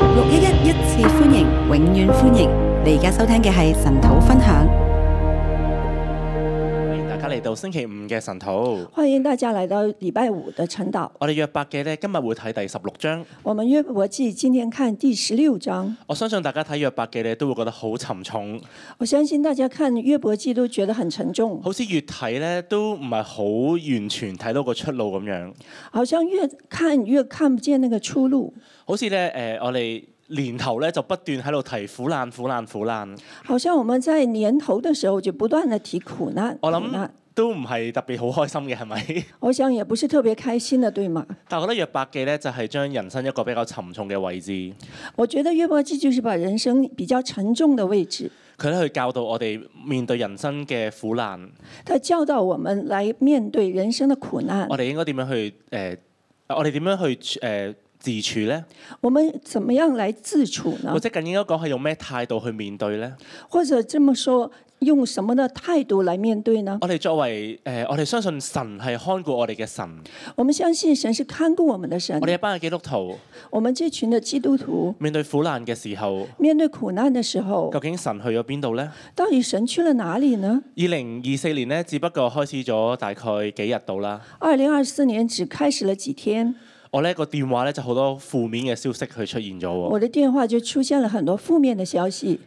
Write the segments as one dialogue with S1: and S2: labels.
S1: 六一一一次歡迎，永遠歡迎！你而家收聽嘅係神土分享。
S2: 歡迎大家嚟到星期五嘅神土。
S3: 欢迎大家来到礼拜五的晨祷。
S2: 我哋約伯記呢，今日會睇第十六章。
S3: 我们约伯记今天看第十六章，
S2: 我相信大家睇約伯記呢，都會覺得好沉重，
S3: 我相信大家看约伯记都觉得很沉重，
S2: 好似越睇呢，都唔係好完全睇到個出路咁樣。
S3: 好像越看越看不见那个出路，
S2: 好似呢，誒、我哋年頭呢，就不斷喺度提苦難、苦難、苦難。
S3: 好像我们在年头的时候就不断的提苦难，苦
S2: 我諗
S3: 难，
S2: 都唔係特別好開心嘅，係咪？
S3: 我想也不是特别开心的，对吗？
S2: 但我覺得約伯記呢，就係、將人生一個比較沉重嘅位置，
S3: 我觉得约伯记就是把人生比较沉重的位置，
S2: 佢咧去教導我哋面對人生嘅苦難，
S3: 他教导我们来面对人生的苦难
S2: 我，哋應該點樣去誒、我哋點樣去誒、自處呢？
S3: 我们怎么样来自处呢
S2: 或？者更應該講係用咩態度去面對呢？
S3: 或者这么说，用什么的态度来面对呢？
S2: 我哋作為誒、呃我哋相信神係看顧我哋嘅神。
S3: 我们相信神是看顾我们的神
S2: 我。哋一班嘅基督徒
S3: 我們這群的基督徒
S2: 面對苦難嘅時候，
S3: 面對苦難的時候
S2: 究，竟神去咗邊度呢？
S3: 到底神去了哪裡呢？
S2: 二零二四年呢，只不過開始咗大概幾日到啦。
S3: 二零二四年只開始了幾天，
S2: 我呢個電話呢，就好多負面嘅消息去出現咗喎。
S3: 我的電話就出現了很多負面的消息。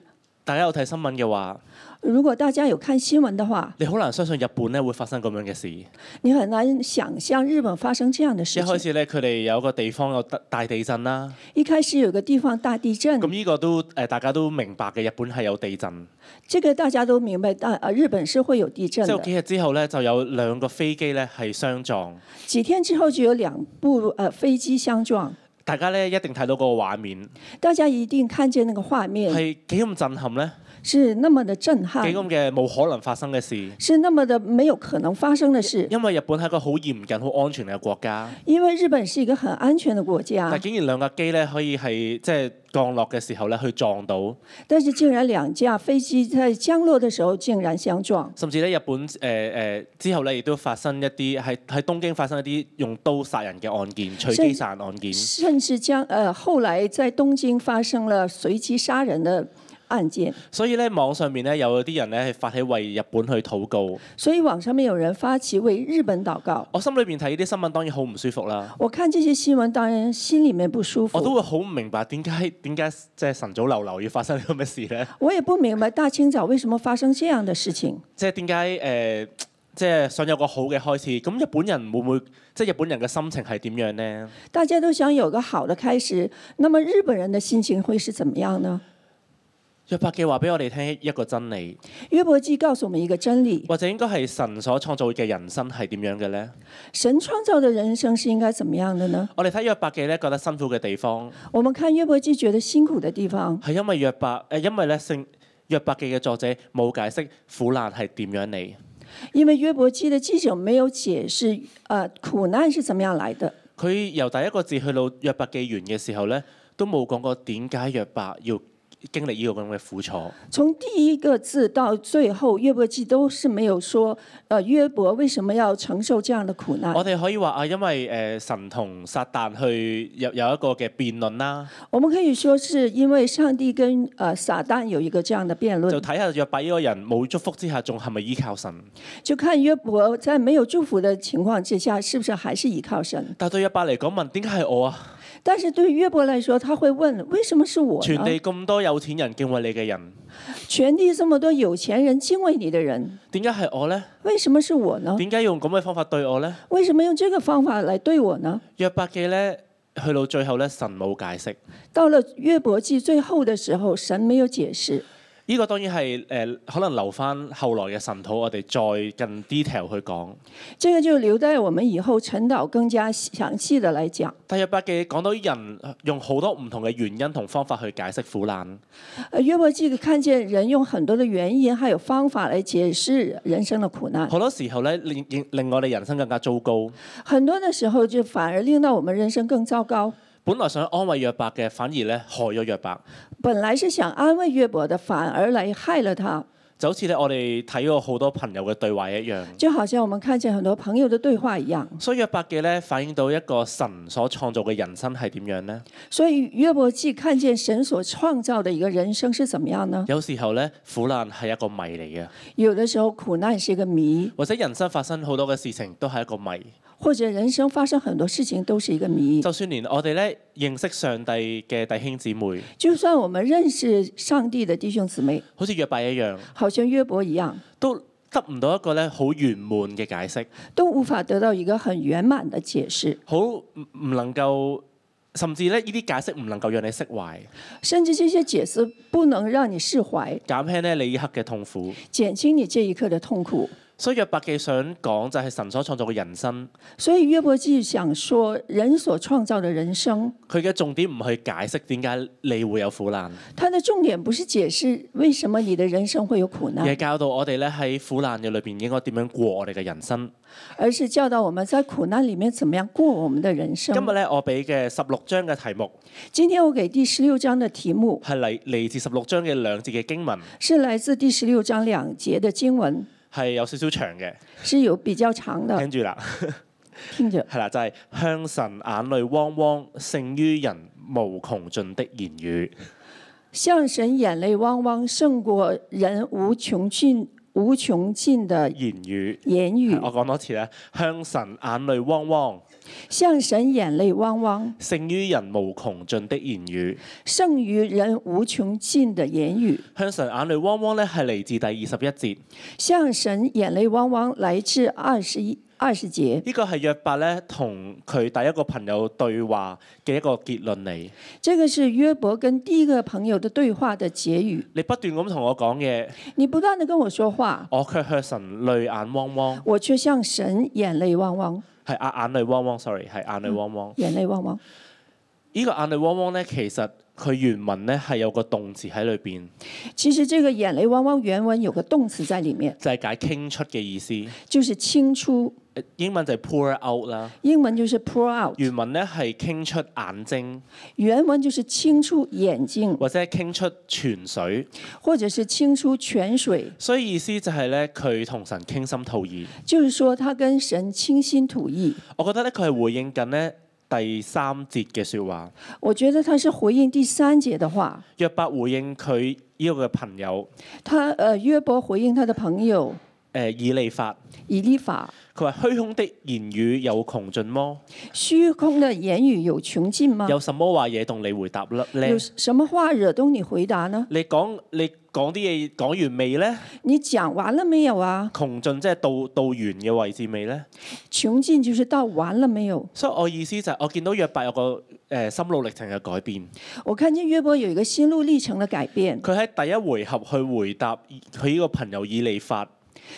S2: 大家有睇新聞嘅話，
S3: 如果大家有看新聞的話，
S2: 你好難相信日本呢會發生咁樣嘅事。一
S3: 你很難想象日本發生這樣的事
S2: 開
S3: 情。
S2: 始呢，佢哋有個地方有大大地震啦。
S3: 一開始有個地方大地震
S2: 咁，呢個都誒、呃大家都明白嘅，日本係有地震。
S3: 這個大家都明白，但呃日本是會有地震
S2: 即係
S3: 的。
S2: 幾日之後咧，就有兩個飛機咧係相撞，
S3: 幾天之後就有兩部呃飛機相撞，
S2: 大家咧一定睇到嗰個畫面
S3: 大家一定看見那個畫面
S2: 係幾咁震撼咧，
S3: 是那麼的震撼
S2: 幾，咁嘅冇可能發生嘅事。
S3: 是那麼的沒有可能發生的事。
S2: 因為日本係一個好嚴謹、好安全嘅國家，
S3: 因為日本是一個很安全的國家
S2: 但，竟然兩架機咧可以係即係降落嘅時候咧去撞到，
S3: 但是竟然兩架飛機在降落的時候竟然相撞，
S2: 甚至咧日本誒誒、呃之後咧亦都發生一啲喺喺東京發生一啲用刀殺人嘅案件、隨機殺人案件。
S3: 甚至將呃後來在東京發生了隨機殺人的案件，
S2: 所以咧網上面咧有啲人咧係發起為日本去禱告，
S3: 所以網上面有人發起為日本禱告。
S2: 我心裏邊睇呢啲新聞當然好唔舒服啦。
S3: 我看這些新聞，當然心裡面不舒服
S2: 哦我。都會好唔明白點解點解即係晨早流流要發生呢啲咁嘅事 咧？
S3: 我也不明白大清早為什麼發生這樣的事情。
S2: 即係點解誒？呃即係想有個好嘅開始，咁日本人會唔會即係日本人嘅心情係點樣呢？
S3: 大家都想有個好的開始，那麼日本人的心情會是怎麼樣呢？
S2: 約伯記話俾我哋聽一個真理，
S3: 約伯記告訴我們一個真理：
S2: 或者應該係神所創造嘅人生係點樣嘅呢？
S3: 神創造的人生是應該怎麼樣的呢？
S2: 我哋睇約伯記咧，覺得辛苦嘅地方
S3: 我們看约伯记觉得辛苦的地方，
S2: 係因為約伯誒、呃因為咧聖約伯記嘅作者冇解釋苦難係點樣嚟，
S3: 因为约伯记的记者没有解释，呃，苦難是怎麼樣來的。
S2: 佢由第一個字去到約伯記完嘅時候咧，都冇講過點解約伯要經歷呢個咁嘅苦楚。
S3: 從第一個字到最後，约伯记都是沒有說，呃，约伯為什麼要承受這樣的苦難？
S2: 我哋可以話啊，因為誒、呃神同撒旦去有有一個嘅辯論啦，
S3: 我們可以說是因為上帝跟呃撒旦有一個這樣的辯
S2: 就
S3: 論，
S2: 睇下約伯呢個人冇祝福之下，仲係咪依靠神？
S3: 就看约伯在沒有祝福的情況之下，是不是還是依靠神？
S2: 但對約伯嚟講，問點解係我啊？
S3: 但是對约伯來說，他會問：為什麼是我啊
S2: 全
S3: 呢？
S2: 地咁多有錢人敬畏你嘅人，
S3: 全地這麼多有錢人敬畏你的人，
S2: 點解係我呢？
S3: 為什麼是我呢？
S2: 點解用咁嘅方法對我呢？
S3: 为什么用这个方法来对我呢？
S2: 約伯記呢，去到最後呢，神冇解釋。
S3: 到了约伯记最後的時候，神沒有解釋，
S2: 呢、個當然係誒、呃可能留翻後來嘅神土，我哋再更 detail 去講。
S3: 這個就留在我們以後陳導更加詳細的來講。
S2: 但約伯記講到人呃用好多唔同嘅原因同方法去解釋苦難。
S3: 呃，约伯记看見人用很多的原因還有方法來解釋人生的苦難，
S2: 好多時候咧，令令令我哋人生更加糟糕。
S3: 很多的時候就反而令到我們人生更糟糕。
S2: 本來想安慰約伯嘅，反而咧害咗約伯。
S3: 本來是想安慰約伯的，反而來害了他。
S2: 就好似咧我哋睇過好多朋友嘅對話一樣。
S3: 就好像我们看见很多朋友的對話一樣。
S2: 所以約伯記咧反映到一個神所創造嘅人生係點樣呢？
S3: 所以约伯记看见神所創造的一個人生是怎麼樣呢？
S2: 有時候咧苦難係一個謎嚟嘅，
S3: 有的時候苦難是一個謎，
S2: 或者人生發生好多嘅事情都係一個謎。
S3: 或者人生發生很多事情都是一個謎。
S2: 就算連我哋咧認識上帝嘅弟兄姊妹，
S3: 就算我們認識上帝的弟兄姊妹，
S2: 好似約伯一樣，
S3: 好像约伯一樣，
S2: 都得唔到一個咧好圓滿嘅解釋，
S3: 都無法得到一個很圓滿的解釋，
S2: 好唔唔能夠，甚至咧呢啲解釋唔能夠讓你釋懷，
S3: 甚至這些解釋不能讓你釋懷，
S2: 減輕咧你一刻嘅痛苦。
S3: 減輕你這一刻的痛苦。
S2: 所以約伯記想講就係神所創造嘅人生，
S3: 所以约伯记想說，人所創造的人生，
S2: 佢嘅重點唔去解釋點解你會有苦難，
S3: 它的重點不是解釋為什麼你的人生會有苦
S2: 而
S3: 難
S2: 係，教導我哋咧喺苦難嘅裏邊應該點樣過我哋嘅人生。
S3: 而是教導我們在苦難裡面怎麼樣過我們的人
S2: 今日
S3: 生。
S2: 咧我俾嘅十六章嘅題目
S3: 今天我給第十六章的題目
S2: 係嚟嚟自十六章嘅兩節嘅經文，
S3: 是來自第十六章兩節的經文，
S2: 係有少少長嘅，
S3: 是有比較長的，
S2: 聽住啦。
S3: 聽着
S2: 係啦，就係、向神眼淚汪汪，勝於人無窮盡的言語。
S3: 向神眼淚汪汪，勝過人無窮盡無窮盡的
S2: 言語，
S3: 言
S2: 係
S3: 語。
S2: 我啊講多次啦，向神眼淚汪汪，
S3: 向神眼淚汪汪，
S2: 勝於人無窮盡的言語。
S3: 勝於人無窮盡的言語。
S2: 向神眼淚汪汪咧，係嚟自第二十一節，
S3: 向神眼淚汪汪，來自二十一二十節，
S2: 呢個係約伯咧同佢第一個朋友對話嘅一個結論嚟。
S3: 這個是約伯跟第一個朋友的對話的結語。
S2: 你不斷咁同我講嘢，
S3: 你不斷的跟我說話，
S2: 我卻向神淚眼汪汪，
S3: 我卻向神眼淚汪汪，
S2: 係眼眼淚汪汪，sorry，係眼淚汪汪。
S3: 眼淚汪汪。
S2: 呢、個眼淚汪汪咧，其實佢原文咧係有個動詞喺裏邊。
S3: 其實這個眼淚汪汪原文有個動詞在裡面，
S2: 就係解傾出嘅意思。
S3: 就是清出，
S2: 呃英文就係 pour out 啦，
S3: 英文就是 pour out，
S2: 原文咧係傾出眼睛，
S3: 原文就是清出眼睛，
S2: 或者係傾出泉水。
S3: 或者是清出泉水。
S2: 所以意思就係咧，佢同神傾心吐意。
S3: 就是說，他跟神傾心吐意。
S2: 我覺得咧，佢係回應緊咧第三節嘅説話。
S3: 我覺得他是回應第三節的話，
S2: 約伯回應佢呢個嘅朋友，
S3: 他呃約伯回應他的朋友
S2: 誒、以利法，
S3: 以利法，
S2: 佢話虛空的言語有窮盡麼？
S3: 虛空的言語有窮盡嗎？
S2: 有什麼話惹動你回答咧？
S3: 有什麼話惹動你回答呢？
S2: 你講你講啲嘢講完未咧？
S3: 你講完了沒有啊？
S2: 窮盡即係到到完嘅位置未咧？
S3: 窮盡就是到完了沒有？
S2: 所以我意思就係，我見到約伯有個誒、呃心路歷程嘅改變。
S3: 我看見約伯有一個心路歷程的改變，
S2: 佢喺第一回合去回答佢呢個朋友以利法，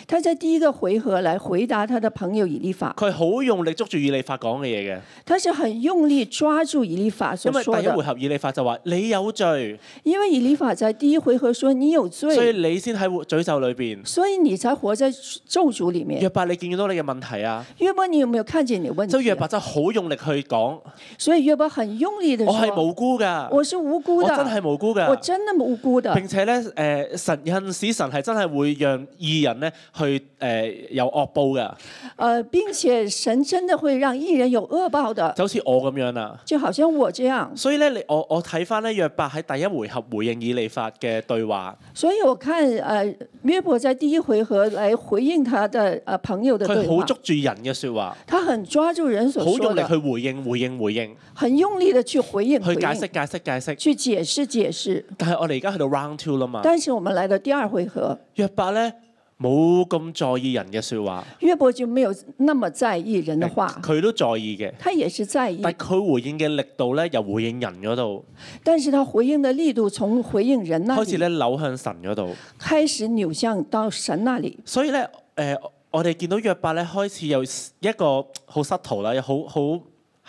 S3: 他在第一個回合來回答他的朋友以利法，
S2: 佢好用力捉住以利法講嘅嘢嘅。
S3: 他是很用力抓住以利法所
S2: 因為
S3: 說
S2: 第一回
S3: 的，
S2: 合以利法就話你有罪，
S3: 因為以利法在第一回合說你有
S2: 所以
S3: 罪，
S2: 你先喺詛咒裏邊。
S3: 所以你才活在咒詛裡面
S2: 約。伯，你見到你嘅問題啊？
S3: 約伯，你有沒有看見你的問
S2: 所以
S3: 題
S2: 約
S3: 啊、
S2: 伯真係好用力去講，
S3: 所以約伯很用力的
S2: 我係
S3: 說：“
S2: 無辜㗎，
S3: 我是無辜
S2: 我
S3: 的，
S2: 真係無辜
S3: 我
S2: 㗎。
S3: 真的無辜的。
S2: 並且咧，誒、神有使神係真係會讓義人咧去誒、呃有惡報㗎，
S3: 呃，並且神真的會讓義人有惡報的，
S2: 就好似我咁樣啦、
S3: 就好像我這樣。
S2: 所以咧，你我我睇翻咧，約伯喺第一回合回應以利法嘅對話，
S3: 所以我看，呃，約伯在第一回合來回應他的呃朋友的
S2: 佢
S3: 對
S2: 好
S3: 話，
S2: 捉住人嘅説話，
S3: 他很抓住人所
S2: 好
S3: 說
S2: 用力
S3: 的，
S2: 去回應、回應、回應，
S3: 很用力的去回應、
S2: 去
S3: 回
S2: 解釋、
S3: 應、
S2: 解釋、解釋。
S3: 去解釋、解釋。
S2: 但係我哋而家去到 round two 啦嘛，
S3: 但是我們來到第二回合，
S2: 約伯咧冇咁在意人嘅説話，
S3: 約伯就沒有那麼在意人的話，
S2: 佢都在意嘅，
S3: 他也是在意
S2: 哎但，係佢回應嘅力度咧，由回應人嗰度
S3: 但是他回應的力度從回應人那
S2: 開始
S3: 裡
S2: 咧扭向神嗰度，
S3: 開始扭向到神那裡。
S2: 所以咧誒、呃我哋見到約伯咧開始有一個好失途啦，有好好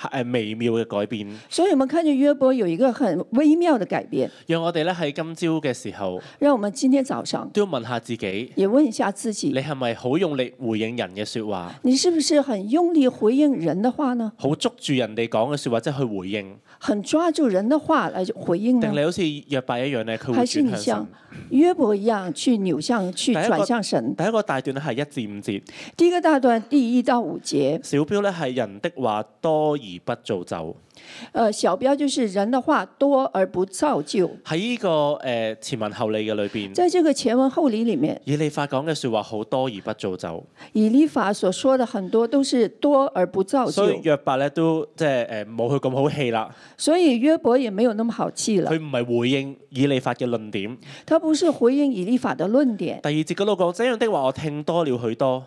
S2: 誒微妙嘅改變，
S3: 所以我們看見約伯有一個很微妙的改變，
S2: 讓我哋咧喺今朝嘅時候。
S3: 讓我們今天早上
S2: 都要問下自己，
S3: 也問一下自
S2: 你
S3: 己：
S2: 係咪好用力回應人嘅説話，
S3: 你是不是很用力回應人的話呢？
S2: 好捉住人哋講嘅説話，即係去回應？
S3: 很抓住人的話來回應
S2: 定
S3: 呢？
S2: 你好似約伯一樣咧，佢會
S3: 還是
S2: 轉
S3: 你
S2: 向神嗯
S3: 像？约伯一样去扭向去
S2: 第一個
S3: 转向神。
S2: 第一個大段咧係一至五節，
S3: 第一个大段第一到五节，
S2: 小標咧係人的話多而不造就。
S3: 呃，小标就是人的话多而不造就。
S2: 喺呢、個呃前文後理嘅裏邊，
S3: 在这个前文后理里面，
S2: 以利法講嘅説話好多而不造就。
S3: 以利法所说的很多都是多而不造
S2: 所以
S3: 就，
S2: 約伯咧都即係誒冇佢咁好氣啦，
S3: 所以约伯也没有那么好气了
S2: 佢。唔係回應以利法嘅論點。
S3: 他不是回應以利法的論點，
S2: 第二節嗰度講，這樣的話我聽多了許多，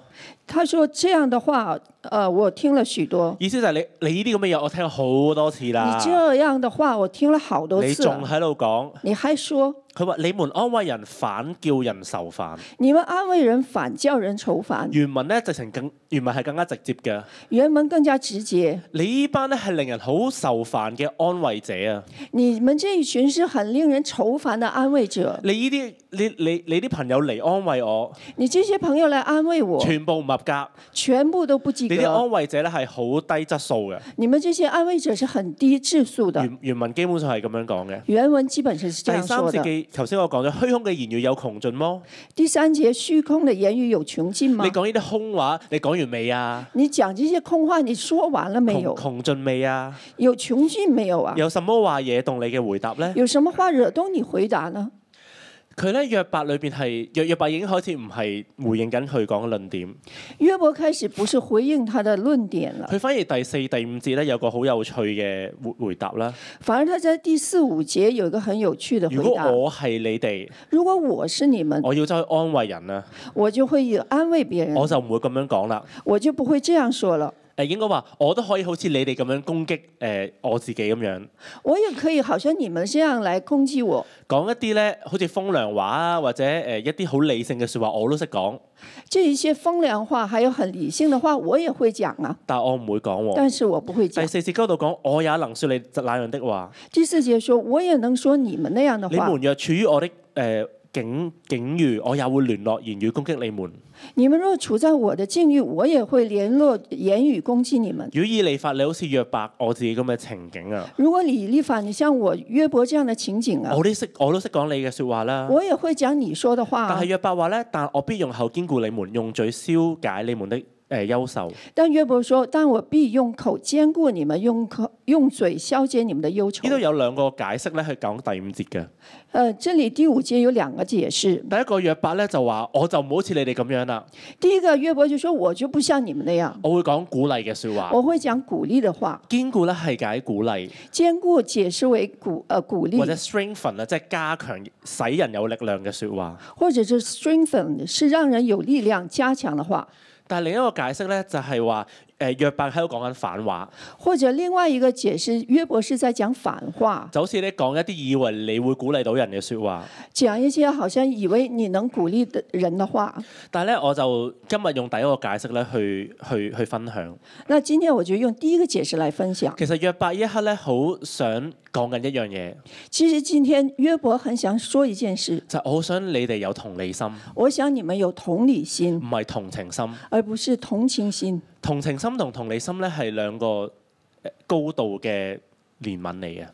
S3: 他說這樣的話，呃，我聽了許多。
S2: 意思就係你你呢啲咁嘅嘢我聽好多次啦
S3: 你，這樣的話，我聽了好多
S2: 你
S3: 次啊
S2: 仲
S3: 了。
S2: 喺度講，
S3: 你還說
S2: 佢話你們安慰人反叫人愁煩。
S3: 你們安慰人，反叫人愁煩。
S2: 原文咧直情更原文係更加直接嘅，
S3: 原文更加直接，
S2: 你呢班咧係令人好受煩嘅安慰者啊！
S3: 你們這一群是很令人愁煩的安慰者。
S2: 你呢啲你你你啲朋友嚟安慰我，
S3: 你這些朋友來安慰我，
S2: 全部唔合格。
S3: 全部都不及
S2: 你啲
S3: 格。
S2: 安慰者咧係好低質素嘅，
S3: 你們這些安慰者是很低質素的。
S2: 原原文基本上係咁樣講嘅。
S3: 原文基本上是這
S2: 第
S3: 樣
S2: 三
S3: 說
S2: 節
S3: 的。
S2: 嘅頭先我講咗虛空嘅言語有窮盡麼？
S3: 第三節，虛空的言語有窮盡嗎
S2: 你？講呢啲空話，你講完未啊？
S3: 你講這些空話，你說完了沒
S2: 窮
S3: 有？
S2: 窮盡未啊？
S3: 有窮盡沒有啊？
S2: 有什麼話惹動你嘅回答呢？
S3: 有什麼話惹動你回答呢？
S2: 佢咧約伯裏邊係約約伯已經開始唔係回應緊佢講嘅論點，
S3: 約伯開始不是回應他的論點了，
S2: 佢反而第四、第五節咧有個好有趣嘅回回答啦。
S3: 反而他在第四五節有一個很有趣的回
S2: 如果
S3: 答。嗯
S2: 我係你哋，
S3: 如果我是你們，
S2: 我要走去安慰人啊，
S3: 我就會有安慰別人，
S2: 我
S3: 我
S2: 就唔會咁樣講啦。
S3: 就不會這樣說了。
S2: 誒應該話我都可以好似你哋咁樣攻擊誒、呃我自己咁樣，
S3: 我也可以好像你們這樣來攻擊我，
S2: 講一啲咧好似風涼話啊，或者誒、呃一啲好理性嘅説話我都識講，
S3: 這一些風涼話，還有很理性的話，我也會講啊，
S2: 但我唔會講喎。
S3: 但是我不會
S2: 第
S3: 講。
S2: 四節嗰度講，我也能説你那樣的話。
S3: 第四節說，我也能說你們那樣的
S2: 你
S3: 話，
S2: 們若處於我的誒、呃境境遇，我也會聯絡言語攻擊你們。
S3: 你們若處在我的境遇，我也會聯絡言語攻擊你们。
S2: 如果以利法你好似約伯我自己咁嘅情景啊，
S3: 如果李立法，你像我约伯这样的情景啊，
S2: 我都識我都識講你嘅説話啦。
S3: 我也会讲你说的话
S2: 但
S3: 啊
S2: 係。約伯話咧，但我必用口堅固你們，用嘴消解你們的誒、呃、憂愁。
S3: 但约伯说：“但我必用口兼顾你们，用口用嘴消解你们的忧愁
S2: 呢。度有兩個解釋咧，去講第五節嘅。”
S3: 呃，这里第五节有两个解释。
S2: 第一個約伯咧就話，我就唔好似你哋咁樣啦，
S3: 第一个，约伯就說：“我就不像你们那样，
S2: 我會講鼓勵嘅説話。
S3: 我会讲鼓励的話。
S2: 堅固咧係解鼓勵，
S3: 兼顾解释为鼓呃鼓励
S2: 或，者 strengthen 啊，即係加強使人有力量嘅説話。
S3: 或者是 strengthen 是让人有力量加强的话，
S2: 但係另一個解釋咧就係話，誒約伯喺度講緊反話，
S3: 或者另外一个解釋，约伯是在講反話，
S2: 就好似咧講一啲以為你會鼓勵到人嘅説話。
S3: 講一些好像以為你能鼓勵的人的話。
S2: 但係咧，我就今日用第一個解釋咧去去去分享。
S3: 那今天我就用第一个解释来分享。
S2: 其實約伯呢一刻咧，好想講緊一樣嘢，
S3: 其实今天约伯很想说一件事，
S2: 就係我好想你哋有同理心，唔
S3: 我想你们有同理心，
S2: 係同情心。
S3: 而不是同情心。
S2: 同情心同同理心咧係兩個呃高度嘅憐憫嚟嘅。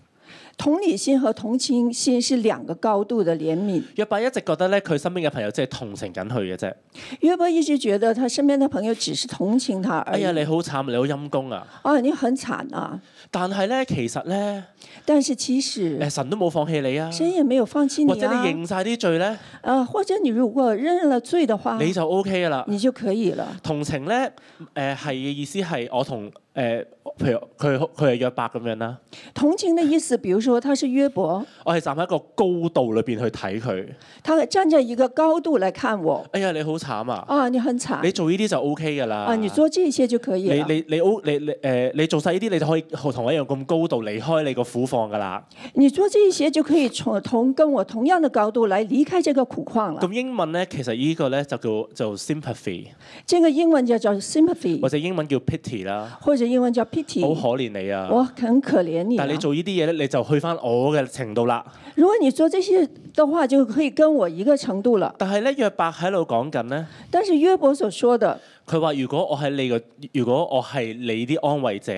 S3: 同理心和同情心是两个高度的怜悯。
S2: 約伯一直覺得咧，佢身邊嘅朋友即係同情緊佢嘅啫。
S3: 约伯一直觉得他身边的朋友只是同情他而
S2: 哎
S3: 已。
S2: 呀，你好慘，你好陰公啊！
S3: 啊，你很惨啊！
S2: 但係咧，其實咧，
S3: 但是其
S2: 誒
S3: 实
S2: 神都冇放棄你啊。
S3: 神也没有放弃
S2: 或
S3: 你
S2: 者
S3: 啊
S2: 你。認晒啲罪咧，
S3: 呃，或者你如果认了罪的话，
S2: 你就 O K 噶啦。
S3: 你就可以了。
S2: 同情咧，誒係嘅意思係我同誒、呃譬如佢佢係約伯咁樣啦，
S3: 同情的意思，比如说他是约伯，
S2: 我係站喺一個高度裏邊去睇佢。
S3: 他站在一个高度来看我
S2: 哎呀，你好慘啊！
S3: 啊，你很惨
S2: 你做呢啲就 O K 噶啦。
S3: 啊，你做这些就可以
S2: 你
S3: 了。
S2: 你你 O 你你誒，你做晒呢啲，你就可以同我一樣咁高度離開你個苦況噶啦。
S3: 你做这一些就可以从同跟我同样的高度来离开这个苦况了。
S2: 咁英文咧，其實呢個咧就叫做 sympathy，
S3: 这个英文叫做
S2: 或
S3: sympathy，
S2: 者英文叫 pity 啦。
S3: 或者英文叫体，
S2: 好可憐你啊！
S3: 我很可怜你、啊
S2: 但。你做呢啲嘢咧，你就去翻我嘅程度啦。
S3: 如果你做这些的话，就可以跟我一个程度了。
S2: 但係咧，約伯喺度講緊咧，
S3: 但是约伯所说的，
S2: 佢話：如果我係你個，如果我係你啲安慰者，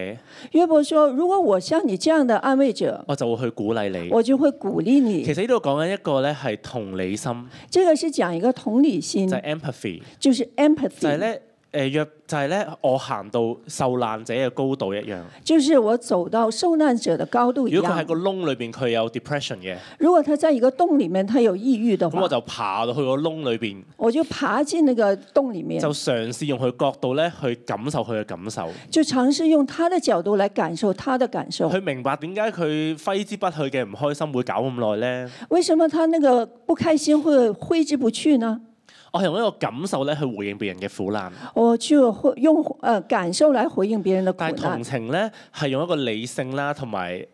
S3: 约伯说，如果我像你这样的安慰者，
S2: 我就會去鼓勵你。
S3: 我就会鼓励
S2: 其
S3: 你。
S2: 實呢度講緊一個咧係同理心，
S3: 这个是讲一个同理心，
S2: 就係、empathy，
S3: 就是 empathy，
S2: 就係咧誒約，就係咧我行到受難者嘅高度一樣。
S3: 就是我走到受難者的高度一
S2: 如果佢喺
S3: 樣。
S2: 個窿裏邊，佢有 depression 嘅，
S3: 如果他在一個洞裡面，他有抑鬱的
S2: 咁
S3: 話，
S2: 我就爬到去個窿裏邊，
S3: 我就爬進那個洞裡面，
S2: 就
S3: 就
S2: 嘗試用佢角度咧去感受佢嘅感受，
S3: 嘗試用他的角度來感受他的感受。
S2: 去明白點解佢揮之不去嘅唔開心會搞咁耐咧。
S3: 為什麼他那個不開心會揮之不去呢？
S2: 我係用一個感受咧去回應別人嘅苦難，
S3: 我就會用呃感受來回應別人的苦
S2: 但係
S3: 難
S2: 同。情咧係用一個理性啦，同埋誒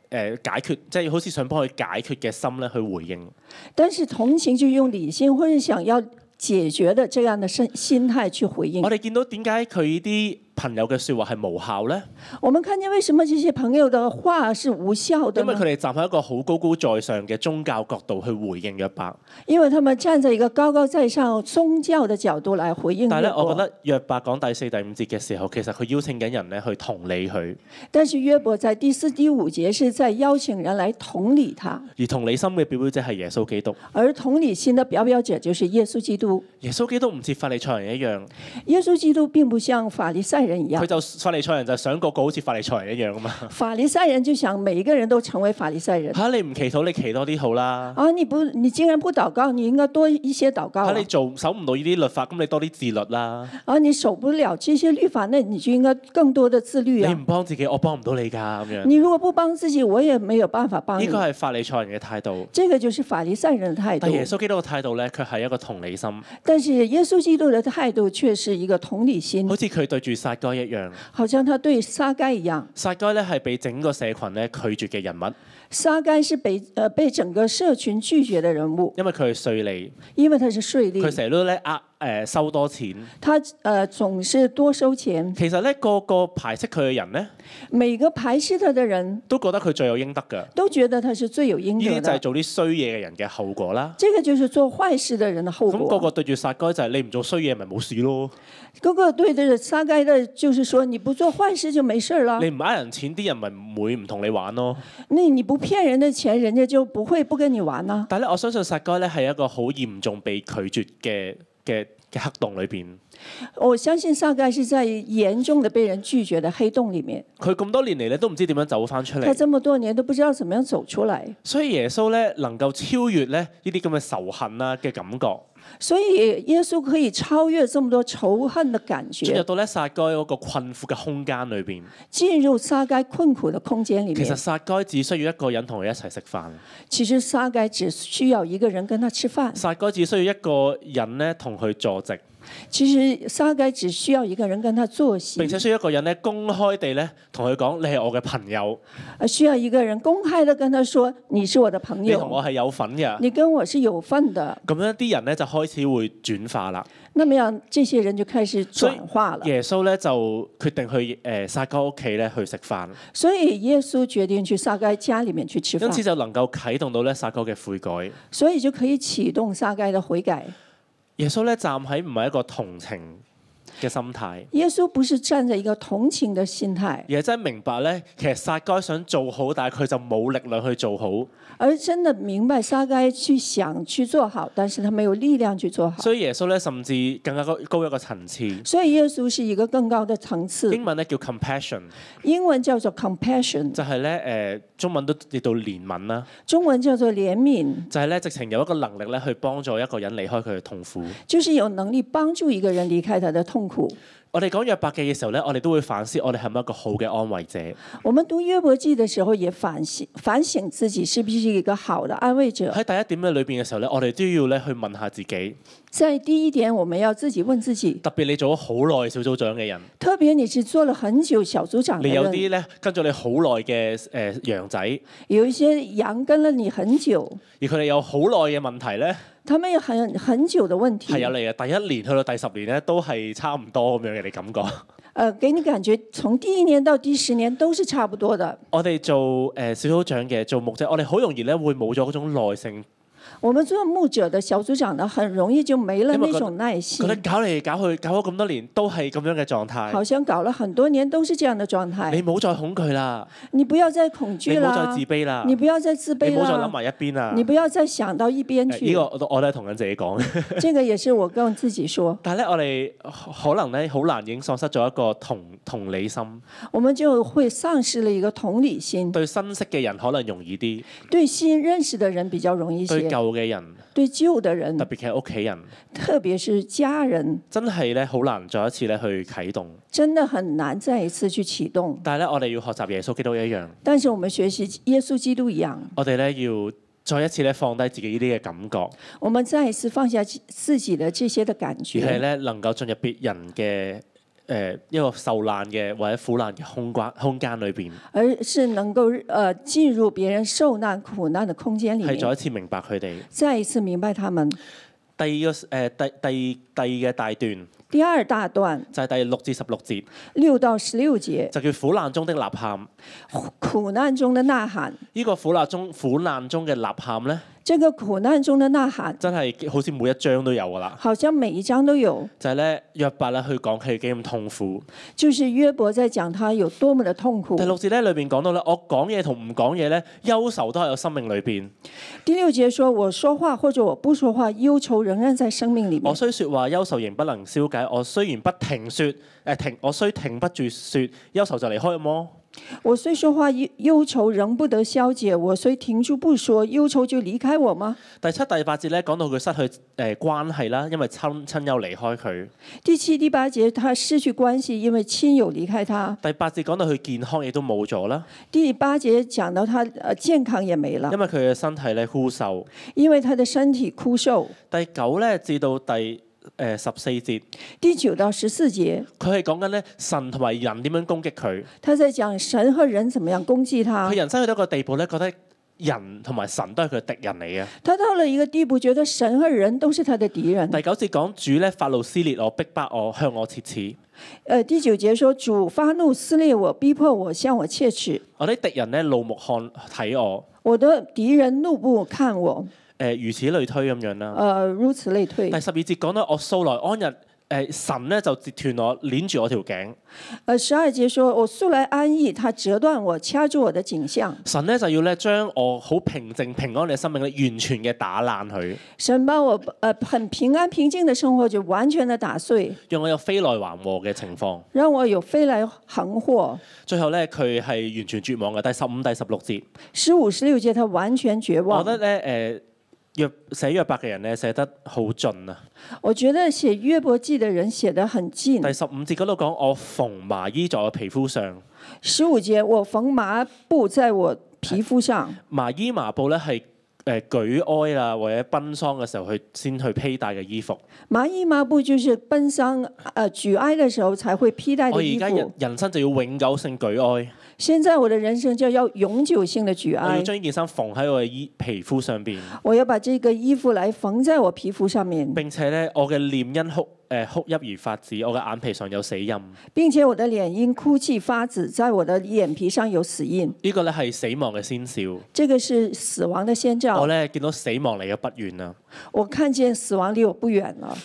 S2: 解決，即係好似想幫佢解決嘅心咧去回應。
S3: 但是同情就用理性或者想要解決的這樣的心心態去回應
S2: 我。哋見到點解佢啲朋友嘅説話係無效咧？
S3: 我們看見為什麼這些朋友的話是無效的
S2: 因為
S3: 呢
S2: 佢？哋站喺一個好高高在上嘅宗教角度去回應約伯。
S3: 因為他們站在一個高高在上宗教的角度來回應
S2: 但係咧，
S3: 約
S2: 我覺
S3: 伯。
S2: 得約伯講第四、第五節嘅時候，其實佢邀請緊人咧去同理佢，
S3: 但是約伯在第四、第五節是在邀請人來同理他，
S2: 而同理心嘅表表者係耶穌基督。
S3: 而同理心的表表者就是耶穌基督。
S2: 耶穌基督唔似法利賽人一樣，
S3: 耶穌基督並不像法利賽人一
S2: 佢
S3: 樣，
S2: 就法利賽人就想個個好似法利賽人一樣啊嘛。
S3: 法利賽人就想每一個人都成為法利賽人
S2: 嚇、你唔祈禱，你祈多啲好啦。
S3: 啊！你不，你竟然不禱告，你應該多一些禱告
S2: 嚇、
S3: 啊！
S2: 你做守唔到呢啲律法，咁你多啲自律啦。
S3: 啊，你守不了這些律法，那你就應該更多的自律
S2: 你
S3: 啊！
S2: 唔幫自己，我幫唔到你㗎咁樣。
S3: 你如果不幫自己，我也沒有辦法幫
S2: 呢
S3: 你。
S2: 個係法利賽人嘅態度，
S3: 這個就是法利賽人的態
S2: 但耶
S3: 度。
S2: 穌基督嘅態度咧，佢係一個同理心，
S3: 但是耶穌基督的態度卻是一個同理心
S2: 好，似佢對住撒該一樣。
S3: 好像他對撒該一樣。
S2: 撒該咧係被整個社群咧拒絕嘅人物，
S3: 撒該是被呃被整個社群拒絕的人物，
S2: 因為佢係稅吏，
S3: 因為他是稅
S2: 佢
S3: 吏，
S2: 成日都咧呃誒收多錢。
S3: 他呃總是多收錢。
S2: 其實咧個個排斥佢嘅人咧，
S3: 每個排斥他的人
S2: 都覺得佢罪有應得㗎。呢
S3: 都覺得他是罪有應
S2: 啲
S3: 得
S2: 就係
S3: 的。
S2: 做啲衰嘢嘅人嘅後果啦。
S3: 這個就是做壞事的人的後
S2: 咁個
S3: 果。啊
S2: 個對住撒該就係你唔做衰嘢咪冇事咯，
S3: 個個對的撒該的，就是說你不做壞事就沒事了
S2: 你。唔呃人錢，啲人咪唔會唔同你玩咯。
S3: 那你不騙人的錢，人家就不會不跟你玩呢、
S2: 但係咧，我相信撒該咧係一個好嚴重被拒絕嘅嘅嘅黑洞裏邊。
S3: 我相信撒該是在嚴重的被人拒絕的黑洞裡面，
S2: 佢咁多年嚟咧都唔知點樣走翻出
S3: 他
S2: 嚟，
S3: 這麼多年都不知道怎麼樣走出來。
S2: 所以耶穌咧能夠超越咧呢啲咁嘅仇恨啦嘅感覺，
S3: 所以耶穌可以超越這麼多仇恨的感
S2: 進入
S3: 覺，
S2: 到咧撒該嗰個困苦嘅空間裏邊。
S3: 進入撒該困苦的空間裡
S2: 其實
S3: 面。
S2: 撒該只需要一個人同佢一齊食飯，
S3: 其實撒該只需要一個人跟他吃飯，
S2: 撒該只需要一個人咧同佢坐席，
S3: 其實撒該只需要一個人跟他坐席
S2: 並，且需要一個人咧公開地咧同佢講：你係我嘅朋友，
S3: 呃需要一個人公開的跟他說：“你是我的朋
S2: 你同
S3: 友，
S2: 我係有份嘅。
S3: 你跟我是有份的。
S2: 咁樣啲人咧就開始會轉化啦。”
S3: 那麼樣，這些人就開始轉化了。
S2: 耶穌咧就決定去誒撒該屋企咧去食飯，
S3: 所以耶穌決定去撒該家裡面去吃
S2: 因此
S3: 飯，
S2: 就能夠啟動到咧撒該嘅悔改。
S3: 所以就可以啟動撒該的悔改。
S2: 耶穌咧站喺唔係一個同情嘅心態，
S3: 耶穌不是站在一個同情的心態，
S2: 而係真係明白咧，其實撒該想做好，但係佢就冇力量去做好，
S3: 而真的明白撒該去想去做好，但是他沒有力量去做好。
S2: 所以耶穌咧甚至更加高高一個層次。
S3: 所以耶穌是一個更高的層次，
S2: 英文咧叫 compassion，
S3: 英文叫做 compassion，
S2: 就係咧誒中文都譯到憐憫啦，
S3: 中文叫做憐憫，
S2: 就係、咧直情有一個能力咧去幫助一個人離開佢嘅痛苦。
S3: 就是有能力幫助一個人離開他的痛苦。
S2: 我哋講約伯記嘅時候咧，我哋都會反思我哋係咪一個好嘅安慰者。
S3: 我們讀約伯記的時候也反省反省自己是不是一個好的安慰者。
S2: 喺第一點嘅裏邊嘅時候咧，我哋都要咧去問下自己，
S3: 在第一點，我們要自己問自己，
S2: 特別你做咗好耐小組長嘅人，
S3: 特別你是做了很久小組長的
S2: 你有
S3: 人，
S2: 啲咧跟咗你好耐嘅誒羊仔，而
S3: 有一些羊跟了你很久，
S2: 佢哋有好耐嘅問題咧，
S3: 他們有很很久的問題
S2: 啊係，有你嘅第一年去到第十年咧都係差唔多咁樣嘅，你感覺
S3: 呃，给你感觉从第一年到第十年都是差不多的。
S2: 我哋做誒小組長嘅做牧者，我哋好容易咧會冇咗嗰種耐性，
S3: 我们做牧者的小组长呢，很容易就没了
S2: 因为
S3: 那
S2: 觉得
S3: 种耐
S2: 覺
S3: 心
S2: 得，搞嚟搞去，搞咗咁多年都係咁樣嘅狀態
S3: 好。像搞了很多年都是这样的状
S2: 你
S3: 态。
S2: 唔好再恐懼啦，
S3: 你不要再恐
S2: 你
S3: 惧
S2: 唔好再
S3: 啦
S2: 自，卑啦，
S3: 你
S2: 你
S3: 不要再自卑
S2: 唔好再諗
S3: 啦，
S2: 埋一邊啦。
S3: 你不要再想啊哎到一边
S2: 誒呢
S3: 去
S2: 個。我都我都係同緊自己講。
S3: 这个也是我跟自己说，
S2: 但係咧，我哋可能咧好難已經喪失咗一個同同理心，
S3: 我们就会丧失了一个同理心，
S2: 對新識嘅人可能容易啲，
S3: 对新认识的人比较容易一
S2: 對
S3: 些，
S2: 舊嘅人，
S3: 对旧的
S2: 特
S3: 人，
S2: 別係屋企人，
S3: 特别是家人，
S2: 真係咧好難再一次咧去啟動。
S3: 真的很难再一次去启動。
S2: 但係咧，我哋要學習耶穌基督一樣，
S3: 但是我们学习耶稣基督一样，
S2: 我哋咧要再一次咧放低自己呢啲嘅感覺。
S3: 我们再一次放下自自己的这些的感
S2: 而係
S3: 觉，
S2: 咧能夠進入別人嘅誒、呃一個受難嘅或者苦難嘅空關空間裏邊，
S3: 而是能够呃进入别人受难苦难的空间里
S2: 係再
S3: 面，
S2: 一次明白佢哋。
S3: 再一次明白他们。
S2: 第二個誒、呃第第第二嘅大段
S3: 第二大段
S2: 就係、第六至十六節，
S3: 六到十六节，
S2: 就叫苦難中的呐喊。呢、
S3: 苦难中的呐喊。
S2: 個苦難中苦難中嘅呐喊咧，
S3: 这个苦难中的呐喊，
S2: 真係好似每一章都有㗎啦。
S3: 好像每一章都有，
S2: 就係咧約伯咧去講佢幾咁痛苦。
S3: 就是约伯在講他有多么的痛苦
S2: 第。六節咧裏邊講到咧，我講嘢同唔講嘢咧，憂愁都喺我生命裏邊。
S3: 第六节说：“我说话或者我不说话，忧愁仍然在生命里
S2: 我
S3: 面。
S2: 雖說話憂愁仍不能消解，我雖然不停說，誒、停，我雖停不住說，憂愁就離開麼？
S3: 我虽说话，忧忧愁仍不得消解；我虽停住不说，忧愁就离开我吗？”
S2: 第七、第八節咧講到佢失去誒、呃、關係啦，因為親親友離開佢。
S3: 第七、第八节，他失去关系，因为亲友离开他。
S2: 第八節講到佢健康亦都冇咗啦，
S3: 第八节讲到他呃健康也没了
S2: 因，為佢嘅身體咧枯瘦。
S3: 因为他的身体枯瘦。
S2: 第九咧至到第誒十四節，
S3: 第九到十四节，
S2: 佢係講緊咧神同埋人點樣攻擊佢。
S3: 他在讲神和人怎么样攻击他
S2: 佢。人生去到一個地步咧，覺得人同埋神都係佢嘅敵人嚟嘅。
S3: 他到了一个地步，觉得神和人都是他的敌人。
S2: 第九節講主咧法路撕裂我，逼迫我，向我切齒。
S3: 呃，第九节说：“主发怒撕裂我，逼迫我，向我切齿。
S2: 我啲敵人咧怒目看睇我，
S3: 我的敌人怒不看我。
S2: 誒、如此類推咁樣”啦。
S3: 呃，如此类推
S2: 第。十二節講到我素來安逸，誒、神咧就截斷我，攣住我條頸。
S3: 呃，十二节说：“我素来安逸，他折断我，掐住我的颈项。
S2: 神咧就要咧將我好平靜平安嘅生命咧完全嘅打爛佢，
S3: 神把我呃很平安平静的生活就完全的打碎，
S2: 讓我有飛來橫禍嘅情況。
S3: 让我有飞来横祸。
S2: 最後咧佢係完全絕望嘅。第十五、第十六節，”
S3: 十五、十六节他完全绝
S2: 我
S3: 望
S2: 覺。得咧誒。約寫約伯嘅人咧寫得好盡啊！
S3: 我觉得写约伯记的人写得很近。
S2: 第十五節嗰度講我縫麻衣在我皮膚上，
S3: 十五节，我缝麻布在我皮肤上。
S2: 麻衣麻布咧係誒舉哀啦，或者奔喪嘅時候去先去披戴嘅衣服。
S3: 麻衣麻布就是奔丧呃举哀的时候才会披
S2: 我
S3: 戴的
S2: 哦而
S3: 衣
S2: 家人
S3: 服。
S2: 人生就要永久性舉哀，
S3: 现在我的人生就要永久性的举
S2: 我要
S3: 哀，
S2: 將呢件衫縫喺我嘅衣皮膚上邊，
S3: 我要把这个衣服来缝在我皮肤上面，
S2: 並且咧我嘅臉因哭誒、呃哭泣而發紫，我嘅眼皮上有死印。呢、
S3: 并且我的脸因哭泣发紫，在我的眼皮上有死印，
S2: 個咧係死亡嘅先兆。
S3: 这个是死亡的先
S2: 我
S3: 兆。
S2: 咧見到死亡離我不遠啦。
S3: 我看见死亡离我不远了，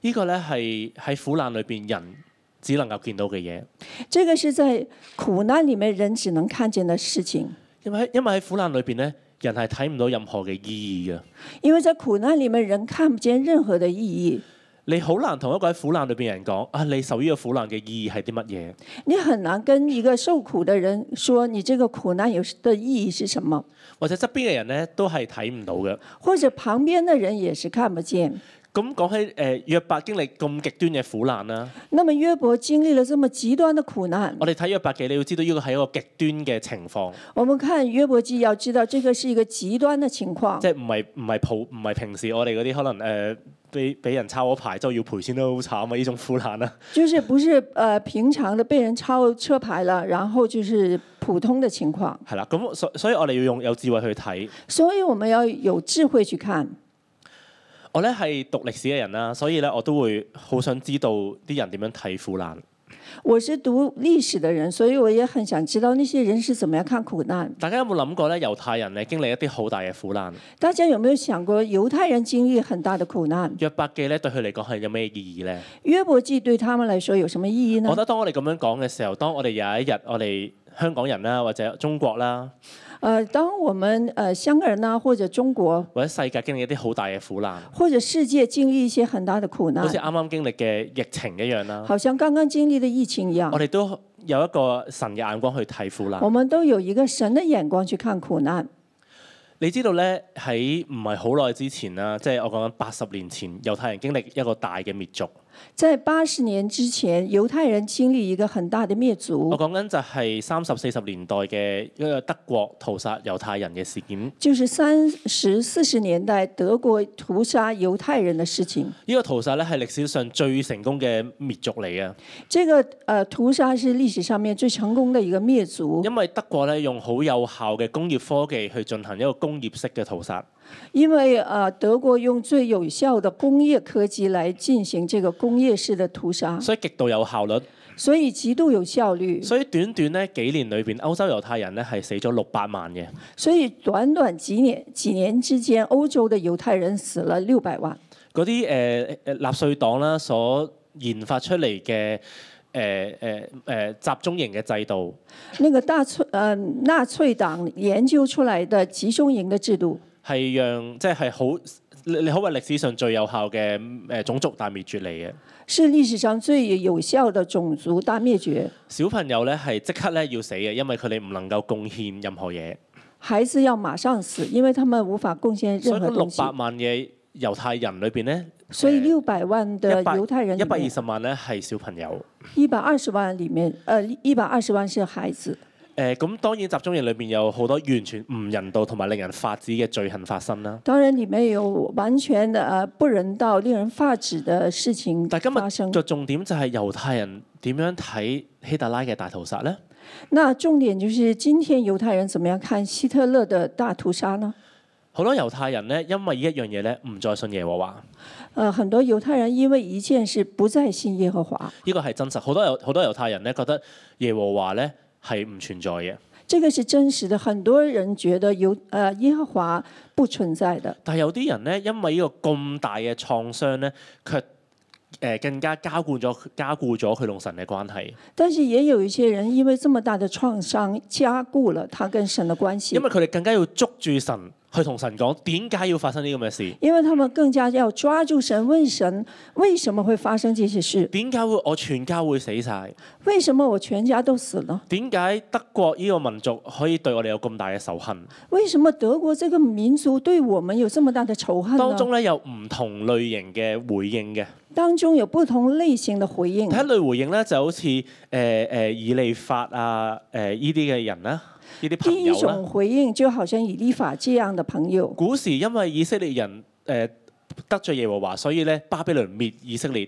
S2: 呢、個咧係喺苦難裏邊人只能夠見到嘅嘢，
S3: 这个是在苦难里面人只能看见的事情，
S2: 因為喺因為喺苦難裏邊咧，人係睇唔到任何嘅意義嘅。
S3: 因为在苦难里面人看不见任何的意义，
S2: 你好難同一個喺苦難裏邊嘅人講啊，你受呢個苦難嘅意義係啲乜嘢？
S3: 你很难跟一个受苦的人说你这个苦难有的意义是什么。
S2: 或者側邊嘅人咧都係睇唔到嘅。
S3: 或者旁边的人也是看不见。
S2: 咁講起誒約伯經歷咁極端嘅苦難啦，
S3: 那么约伯經歷了這麼極端的苦難，
S2: 我哋睇約伯記，你要知道呢個係一個極端嘅情況，
S3: 我們看约伯記要知道這個是一個極端的情況
S2: 即，係唔係唔係普唔係平時我哋嗰啲可能誒俾俾人抄咗牌之後要賠錢都好慘啊！呢種苦難啦，
S3: 就是不是呃平常的被人抄車牌了，然後就是普通的情況。
S2: 係啦，咁所所以我哋要用有智慧去睇。
S3: 所以我們要有智慧去看。
S2: 我咧係讀歷史嘅人啦，所以咧我都會好想知道啲人點樣睇苦難。
S3: 我是读历史的人，所以我也很想知道那些人是怎么样看苦难。
S2: 大家有冇諗過咧？猶太人咧經歷一啲好大嘅苦難，
S3: 大家有没有想过，猶太人經歷很大的苦難？
S2: 約伯記咧對佢嚟講係有咩意義咧？
S3: 約伯記對他們來說有什麼意義
S2: 我
S3: 呢
S2: 覺？得當我哋咁樣講嘅時候，當我哋有一日我哋香港人啦，或者中國啦，
S3: 呃，當我們呃香港人呢、或者中國，
S2: 或者世界經歷一啲好大嘅苦難，
S3: 或者世界經歷一些很大的苦
S2: 好似
S3: 難，
S2: 啱啱經歷嘅疫情一樣啦，
S3: 好像剛剛經歷的疫情一
S2: 我
S3: 樣，
S2: 哋都有一個神嘅眼光去睇苦難
S3: 我。們都有一個神的眼光去看苦難。
S2: 你知道咧喺唔係好耐之前啦，即係我講緊八十年前，猶太人經歷一個大嘅滅族。
S3: 在八十年之前，猶太人經歷一個很大的滅
S2: 我
S3: 族，
S2: 講緊就係三十四十年代嘅一個德國屠殺猶太人嘅事件。呢、
S3: 就是三十四十年代德國屠殺猶太人的事情。
S2: 個屠殺咧係歷史上最成功嘅滅族嚟嘅，
S3: 這個呃屠殺是歷史上面最成功的一個滅族，
S2: 因為德國咧用好有效嘅工業科技去進行一個工業式嘅屠殺。
S3: 因為呃德國用最有效的工業科技來進行這個工業式的屠殺，
S2: 所以極度有效率。
S3: 所以極度有效率。
S2: 所以短短咧幾年裏邊，歐洲猶太人咧係死咗六百萬嘅。
S3: 所以短短幾年幾年之間，歐洲的猶太人死了六百萬。
S2: 嗰啲誒誒納粹黨啦所研發出嚟嘅誒誒誒集中營嘅制度，
S3: 那個大粹呃納粹黨研究出來的集中營的制度，
S2: 係讓即係好你你可謂歷史上最有效嘅誒、呃、種族大滅絕嚟嘅。
S3: 是歷史上最有效的種族大滅絕。
S2: 小朋友咧係即刻咧要死嘅，因為佢哋唔能夠貢獻任何嘢。
S3: 孩子要馬上死，因為他們無法貢獻
S2: 所以
S3: 任何
S2: 嗰六
S3: 東西
S2: 百。萬嘅猶太人裏邊咧，
S3: 所以六百萬的
S2: 一百
S3: 猶太人
S2: 一
S3: 裡
S2: 百二
S3: 面，
S2: 十萬咧係小朋友。
S3: 一百二十萬裡面，呃，一百二十萬是孩子。
S2: 誒呃咁、當然集中營裏邊有好多完全唔人道同埋令人發指嘅罪行發生啦。
S3: 當然，裡面有完全的呃不人道、令人髮指的事情
S2: 但今
S3: 發
S2: 日
S3: 生。
S2: 就重點就係猶太人點樣睇希特拉嘅大屠殺呢？
S3: 那重點就是今天猶太人怎麼樣看希特勒的大屠殺呢？
S2: 好多猶太人呢，因為呢一樣嘢呢，唔再信耶和華，
S3: 呃，很多猶太人因為一件事不再信耶和華，
S2: 呢個係真實。好多猶好多猶太人呢，覺得耶和華呢係唔存在嘅，
S3: 這個是真實的。很多人覺得猶呃耶和華不存在的，
S2: 但係有啲人呢，因為呢個咁大嘅創傷呢，卻誒、呃更加加固咗加固咗佢同神嘅關係，
S3: 但是也有一些人因為這麼大的創傷，加固了他跟神的關係
S2: 因。為佢哋更加要捉住神去同神講點解要發生呢咁嘅事。
S3: 因為他們更加要抓住神，问神為什麼會發生這些事？
S2: 點解會我全家會死晒？
S3: 為什麼我全家都死了？
S2: 點解德國呢個民族可以對我哋有咁大嘅仇恨？
S3: 為什麼德國這個民族對我們有這麼大的仇恨
S2: 當
S3: 呢？
S2: 中咧有唔同類型嘅回應嘅。
S3: 當中有不同類型的回應
S2: 第一，類回應咧就好似誒誒以利法啊誒呢啲嘅人啦，呢啲朋
S3: 第一
S2: 友啊
S3: 種
S2: 啦。
S3: 回應就好像以利法這樣的朋友，
S2: 古時因為以色列人誒、呃得罪耶和華，所以咧巴比倫滅以色列。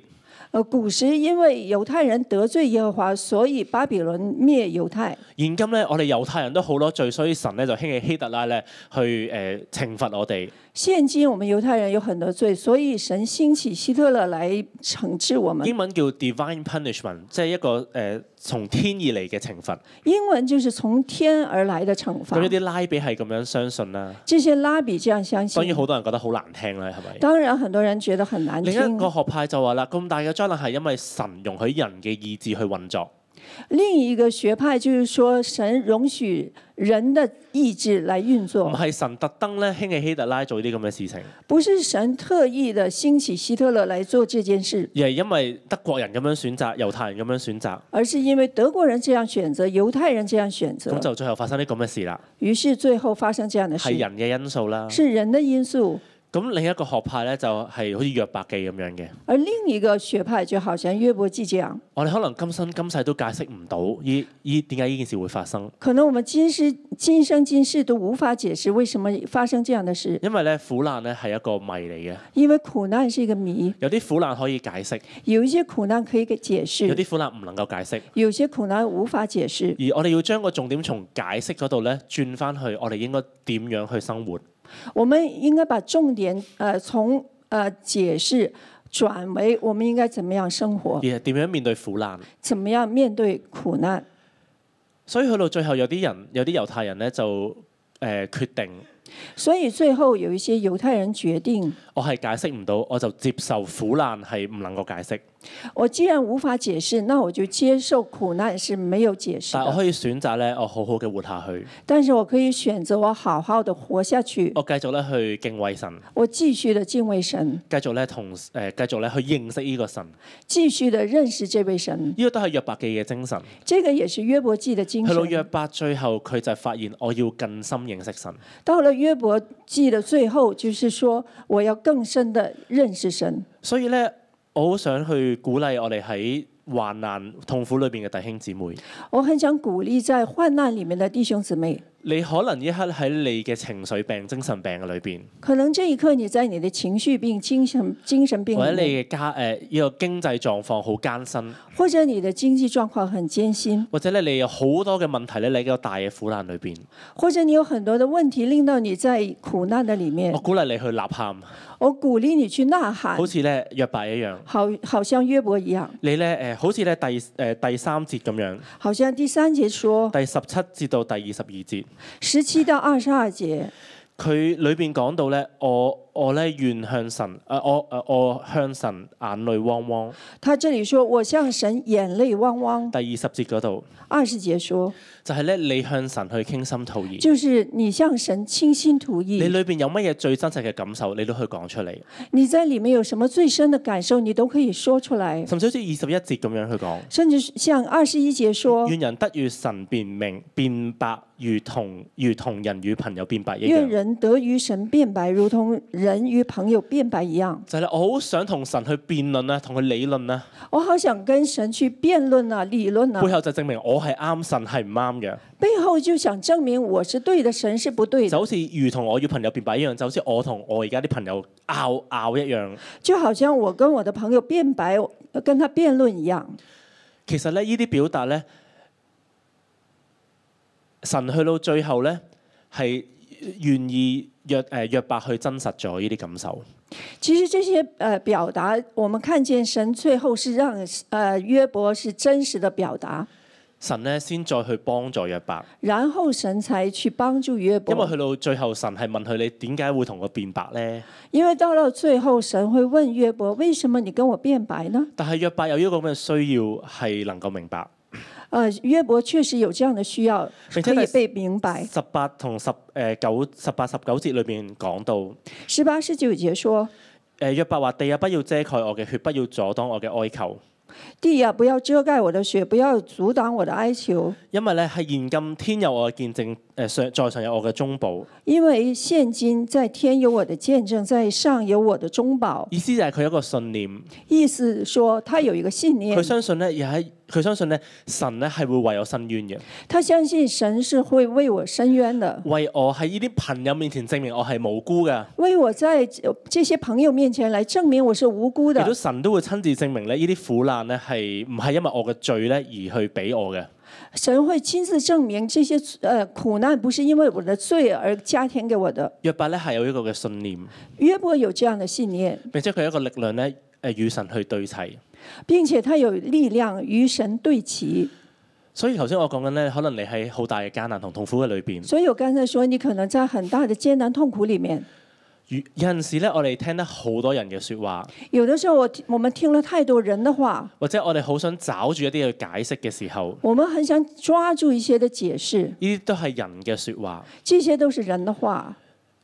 S3: 呃，古時因為猶太人得罪耶和華，所以巴比倫滅猶太。
S2: 現今咧，我哋猶太人都好多罪，所以神咧就興起希特拉咧去誒、呃、懲罰我哋。
S3: 現今我們猶太人有很多罪，所以神興起希特勒來懲治我們。
S2: 英文叫 divine punishment，即係一個誒、呃、從天而嚟嘅懲罰。
S3: 英文就是從天而來的懲
S2: 咁呢
S3: 罰。
S2: 啲拉比係咁樣相信啦，
S3: 這些拉比這樣相信
S2: 當，然好多人覺得好難聽啦，係咪？
S3: 當然很多人覺得很難
S2: 另一
S3: 聽。
S2: 個學派就話啦，咁大嘅災難係因為神容許人嘅意志去運作，
S3: 另一個學派就是說，神容許人的意志來運
S2: 唔
S3: 作，
S2: 係神特登咧興起希特拉做啲咁嘅事情，
S3: 不是神特意的興起希特勒來做這件事，
S2: 而係因為德國人咁樣選擇，猶太人咁樣選擇，
S3: 而是因為德國人這樣選擇，猶太人這樣選
S2: 咁
S3: 擇，
S2: 就最後發生啲咁嘅事啦，
S3: 於是最後發生這樣的事
S2: 係，人嘅因素啦。
S3: 嗯是人的因素。
S2: 咁另一個學派咧就係好似約伯記咁樣嘅，
S3: 而另一個學派就好像約伯記這樣，
S2: 我哋可能今生今世都解釋唔到依依點解呢件事會發生，
S3: 可能我們今世今生今世都無法解釋為什麼發生這樣的事，
S2: 因為咧苦難咧係一個謎嚟嘅，
S3: 因為苦難是一個謎，
S2: 有啲苦難可以解釋，
S3: 有一些苦難可以給解
S2: 有
S3: 釋，
S2: 啲苦難唔能夠解釋。
S3: 有些苦難無法解釋。
S2: 而我哋要將個重點從解釋嗰度咧轉翻去，我哋應該點樣去生活？
S3: 我們應該把重點，呃，從呃解釋转为我们应该怎么样生活
S2: 而，係點樣面對苦難。
S3: 怎么样面对苦难。
S2: 所以去到最後，有啲人有啲猶太人咧就誒、呃、決定，
S3: 所以最后有一些犹太人决定，
S2: 我係解釋唔到，我就接受苦難係唔能夠解釋，
S3: 我既然无法解释，那我就接受苦難是没有解释
S2: 但啊我
S3: 的，
S2: 可以選擇咧，我好好嘅活下去，
S3: 但是我可以选择我好好的活下去，
S2: 我繼續咧去敬畏神，
S3: 我继续的敬畏神，
S2: 繼續咧同誒、呃、繼續咧去認識呢個神。
S3: 继续的认识这位神。
S2: 呢個都係約伯記嘅精神。
S3: 这个也是约伯记的精
S2: 去到約
S3: 神。
S2: 伯最後，佢就發現我要更深認識神。
S3: 到了约伯记的最后，就是说我要更深的认识神。
S2: 所以咧，我好想去鼓勵我哋喺患難痛苦裏邊嘅弟兄姊妹。
S3: 我很想鼓励在患难里面的弟兄姊妹，
S2: 你可能一刻喺你嘅情緒病、精神病嘅裏邊，
S3: 可能这一刻你在你的情绪病、精神精神病
S2: 或者
S3: 里
S2: 你
S3: 面，
S2: 嘅家誒呢、個經濟狀況好艱辛，
S3: 或者你的经济状况很艰辛，
S2: 或者咧你有好多嘅問題咧，你喺個大嘅苦難裏邊，
S3: 或者你有很多的问题令到你在苦难的里面
S2: 我，鼓勵你去吶喊，
S3: 我鼓励你去呐喊
S2: 好，似咧約伯一樣。
S3: 好好像约伯一样，
S2: 你咧誒、好似咧第誒、第三節咁樣，
S3: 好像第三节说
S2: 第十七節到第二十二節。
S3: 十七到二十二节，
S2: 佢裏邊講到咧，我我咧願向神，誒、我誒、呃我向神眼淚汪汪。
S3: 他这里说我向神眼泪汪汪，
S2: 第二十節嗰度
S3: 二十节说
S2: 就係咧，你向神去傾心吐意，
S3: 就是你向神倾心吐
S2: 你
S3: 意，
S2: 裏邊有乜嘢最真實嘅感受，你都去講出嚟。
S3: 你在里面有什么最深的感受，你都可以说出来，
S2: 甚至好似二十一節咁樣去講，
S3: 甚至像二十一节说。
S2: 願人得與神辨明辨白，如同如同人與朋友辨白一
S3: 愿
S2: 樣。
S3: 人得与神辩白，如同人与朋友辩白一样。
S2: 就係咧，我好想同神去辯論啊，同佢理論啊，
S3: 我好想跟神去辩论啊，理论啊
S2: 背，後就證明我係啱，神係唔啱嘅。
S3: 背后就想证明我是对的，神是不对
S2: 就
S3: 的，
S2: 好似如同我與朋友辯白一樣，就好似我同我而家啲朋友拗拗一樣。
S3: 就好像我跟我的朋友辩白，呃跟他辩论一样。
S2: 其實咧，呢啲表達咧，神去到最後咧，係願意約誒約伯去真實咗呢啲感受。
S3: 其实这些呃表达，我们看见神最后是让呃约伯是真实的表达，
S2: 神咧先再去幫助約伯，
S3: 然後神才去帮助约
S2: 因為
S3: 伯。
S2: 去到最後，神係問佢你點解會同我辯白咧？
S3: 因为到了最后，神会问约伯：为什么你跟我辩白呢？
S2: 但係約伯有呢個咁嘅需要係能夠明白。
S3: 呃，约伯确实有这样的需要，
S2: 並且
S3: 可以
S2: 第
S3: 被明白。
S2: 十八同十誒九十八十九節裏邊講到。
S3: 十八、十九节说
S2: 誒約伯話：地啊，不要遮蓋我嘅血，不要阻擋我嘅哀求，：“
S3: 地呀、不要遮盖我的血，不要阻挡我的哀求。”
S2: 因為咧係現今天有我嘅見證，誒、上在上有我嘅中保。
S3: 因为现今在天有我的见证，在上有我的中保。
S2: 意思就係佢有一個信念，
S3: 意思说他有一个信念
S2: 佢，相信咧，又喺佢相信咧，神咧係會為我伸冤嘅，
S3: 他相信神是会为我伸冤的，
S2: 為我喺呢啲朋友面前證明我係無辜嘅，
S3: 为我在这些朋友面前来证明我是无辜
S2: 亦都
S3: 的。
S2: 神都會親自證明咧，呢啲苦難咧係唔係因為我嘅罪咧而去俾我嘅。
S3: 神会亲自证明这些呃苦难不是因为我的罪而加添给我的。
S2: 約伯咧係有呢個嘅信念，
S3: 约伯有这样的信念，
S2: 並且佢有一個力量咧，誒與神去對齊。
S3: 并且他有力量与神对齐。
S2: 所以頭先我講緊咧，可能你喺好大嘅艱難同痛苦嘅裏邊。
S3: 所以我刚才说，你可能在很大的艰难痛苦里面，
S2: 有有陣時咧，我哋聽得好多人嘅説話，
S3: 有的时候我我们听了太多人的话，
S2: 或者我哋好想找住一啲去解釋嘅時候，
S3: 我们很想抓住一些的解释，
S2: 呢啲都係人嘅説話。
S3: 这些都是人的话。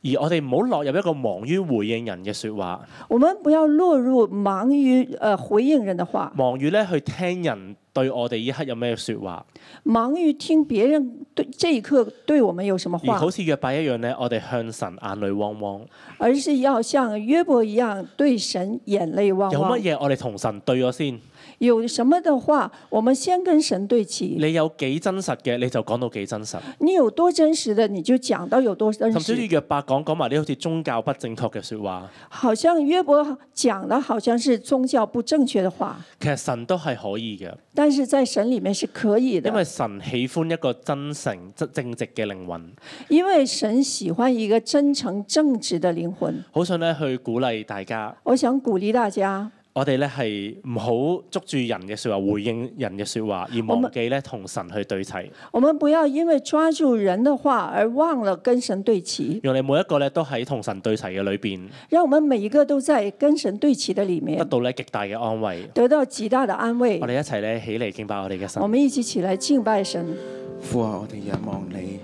S2: 而我哋唔好落入一個忙於回應人嘅説話，
S3: 我们不要落入忙于呃回应人的话，
S2: 忙於咧去聽人對我哋依刻有咩説話。
S3: 忙于听别人对这一刻对我们有什么
S2: 而
S3: 话
S2: 好，似約伯一樣咧，我哋向神眼淚汪汪。
S3: 而是要像约伯一样对神眼泪汪
S2: 有乜
S3: 汪。
S2: 嘢我哋同神對咗先？
S3: 有什么的话，我们先跟神对齐。
S2: 你有幾真實嘅，你就講到幾真實。
S3: 你有多真实的，你就讲到有多真
S2: 甚至好似
S3: 实。
S2: 約伯講講埋啲好似宗教不正確嘅説話，
S3: 好像约伯讲的好像是宗教不正确的话，
S2: 其實神都係可以嘅，
S3: 但是在神里面是可以的
S2: 因。為神喜歡一個真誠、真正直嘅靈魂。
S3: 因为神喜欢一个真诚正直的灵魂。
S2: 好想咧去鼓勵大家，
S3: 我想鼓励大家，
S2: 誒、我哋咧係唔好捉住人嘅説話，回應人嘅説話，而
S3: 我
S2: 忘
S3: 們
S2: 記咧同神去對齊。
S3: 我们不要因为抓住人的话而忘了跟神对齐，
S2: 讓你每一個咧都喺同神對齊嘅裏邊，
S3: 让我们每一个都在跟神对齐的里
S2: 得
S3: 面
S2: 到咧極大嘅安慰。
S3: 得到极大的安慰
S2: 我。哋一齊咧起嚟敬拜我哋嘅神
S3: 我。们一起起来敬拜神，
S4: 父啊，我哋仰望你，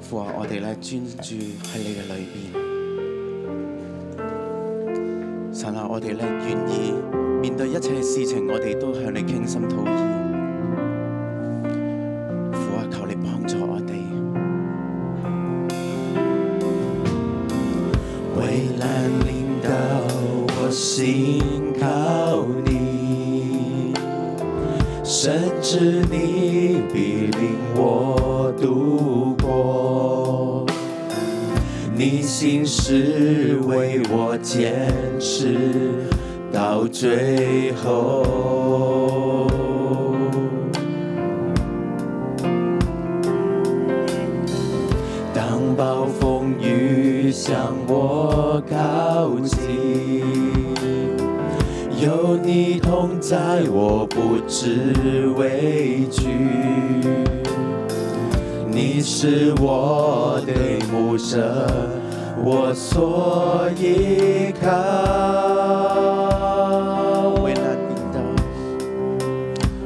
S4: 父啊，我哋咧專注喺你嘅裏邊。神啊，我哋咧願意面對一切事情，我哋都向你傾心吐意。父啊，求你幫助我哋。危難臨到，我心靠你。深知你必令我度过，你心事为我坚持到最后。当暴风雨向我靠近。有你同在，我不知畏惧。你是我的牧者，我所依靠。为难领导，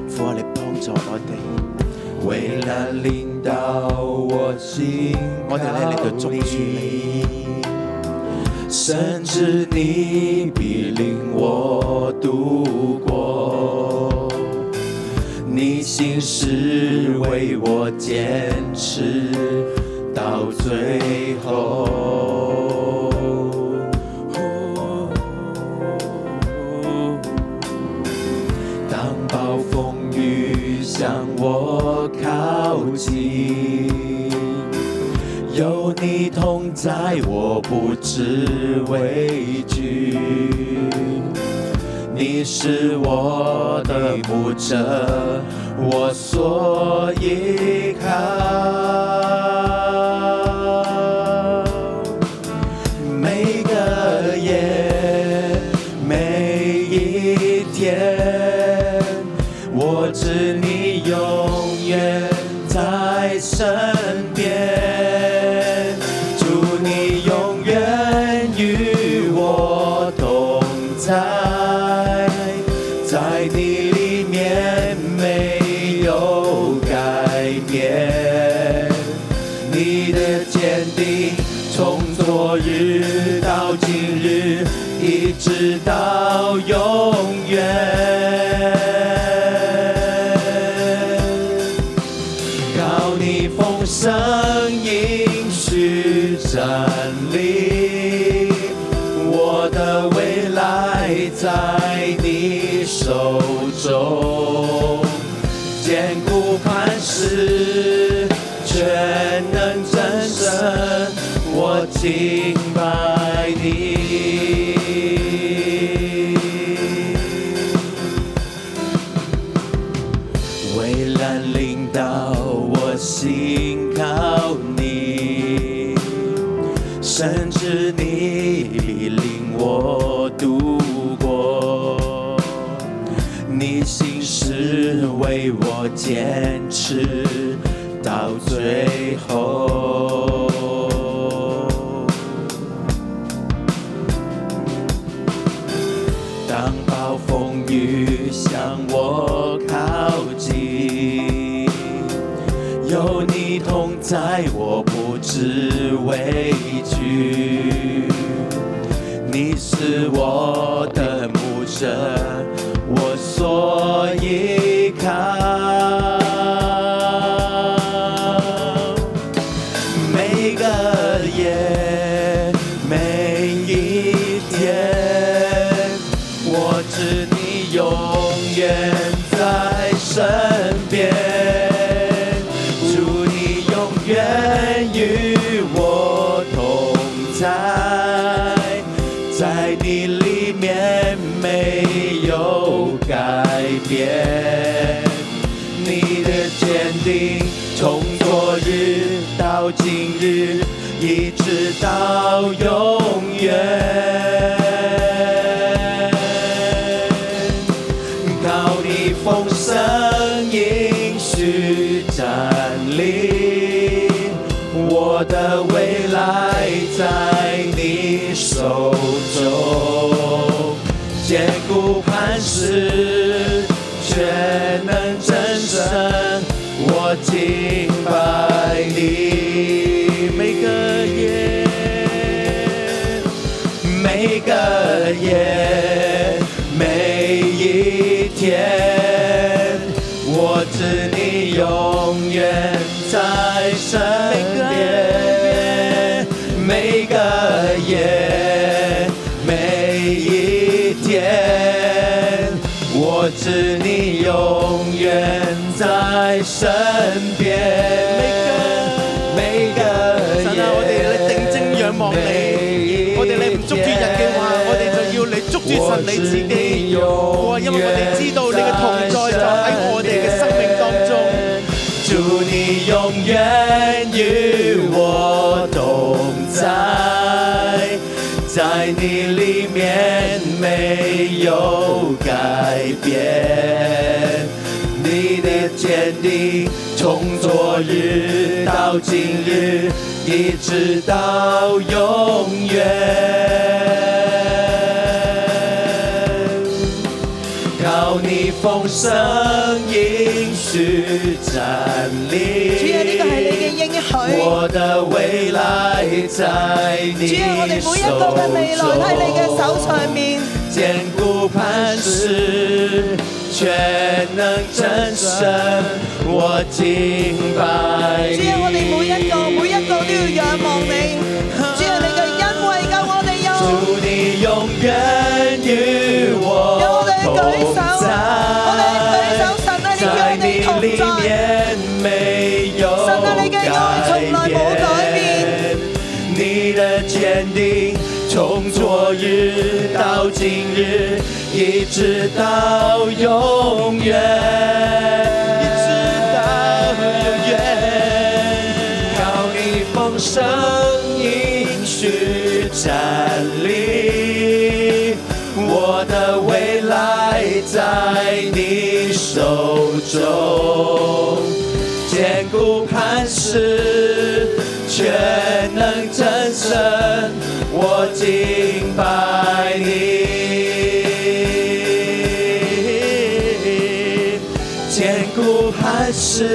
S4: 父啊，你帮助我哋。为难领导，我心我哋咧嚟到捉住你。深知你必令我度过，你心事为我坚持到最后。当暴风雨向我靠近。有你同在，我不知畏惧。你是我的牧者，我所依靠。每个夜，每一天，我知你永远在身边。祝你永远与我同在，在你里面没有改变。你的坚定，从昨日到今日，一直到永远。靠你风声应许站立，我的未来在你手中，坚固磐石，全能真神，我敬拜你。为了领导我心靠你，甚至你必令我度过，你心事为我坚持到最后。当暴风雨向我靠近，有你同在，我不知畏惧。你是我的牧者，我所依靠。每个夜，每一天，我知你永远在身边。祝你永远与我同在，在你里面没有改变。你的坚定，从昨日到今日，一直到永远。我的未来在你手中，坚固磐石，全能真神，我敬拜你。每个夜，每个夜，每一天，我知你永远在身边。每个夜，每一天，我知你永远在身边。每个
S2: 神
S4: 夜
S2: 啊，我哋咧定睛仰望
S4: 每
S2: 你，我哋咧唔捉住人嘅話，
S4: 一天
S2: 我哋就要你捉住神你自己。
S4: 我
S2: 我
S4: 知
S2: 因為
S4: 你永遠
S2: 我哋知道你嘅同在就喺我哋嘅生命當中，
S4: 祝你永远与我同在，在你里面没有改变，你的坚定从昨日到今日，一直到永远。靠你丰盛应许站立。
S5: 主啊，呢個係你嘅應許。
S4: 我的未来在你
S5: 主啊，我哋每一個嘅未來
S4: 手中
S5: 喺你嘅手上面。
S4: 坚固磐石，全能真神，我敬拜
S5: 主
S4: 你。
S5: 啊，我哋每一個每一個都要仰望你。主啊，你嘅恩惠夠我哋
S4: 祝
S5: 用。
S4: 你永远与啊我
S5: 有我哋
S4: 同
S5: 舉手，
S4: 在
S5: 我哋舉手，神啊，你
S4: 在
S5: 與
S4: 你
S5: 我哋
S4: 里
S5: 同在。
S4: 面没有
S5: 神啊你嘅愛從來冇改變，
S4: 你的坚定从昨日到今日，一直到永远，一直到永远，靠你丰盛应许站立，我的未来在你手中。坚固磐石，全能真神，我敬拜你。坚固磐石，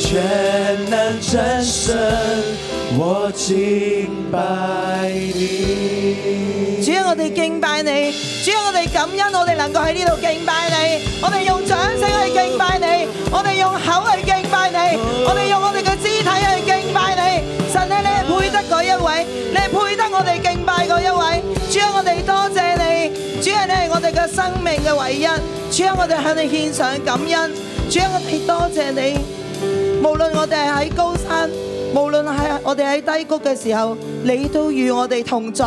S4: 全能真神，我敬拜你。
S5: 主啊，我哋敬拜你，主啊，我哋感恩，我哋能夠喺呢度敬拜你，我哋用掌聲去敬拜你，我哋用口去敬拜你，我哋用我哋嘅肢體去敬拜你。神啊，你係配得嗰一位，你係配得我哋敬拜嗰一位。主啊，我哋多謝你，主啊，你係我哋嘅生命嘅唯一，主啊，我哋向你獻上感恩，主啊，我哋多謝你。無論我哋係喺高山，無論係我哋喺低谷嘅時候，你都與我哋同在，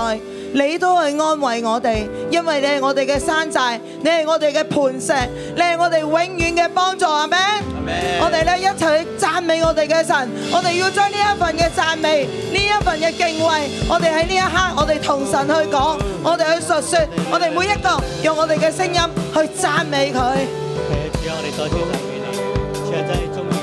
S5: 你都係安慰我哋，因為你係我哋嘅山寨，你係我哋嘅磐石，你係我哋永遠嘅幫助，係咪？我哋咧一齊去讚美我哋嘅神，我哋要將呢一份嘅讚美，呢一份嘅敬畏，我哋喺呢一刻，我哋同神去講，我哋去述說，我哋每一個用我哋嘅聲音去讚美佢。
S2: 主我哋再次讚美你，主啊真係中意我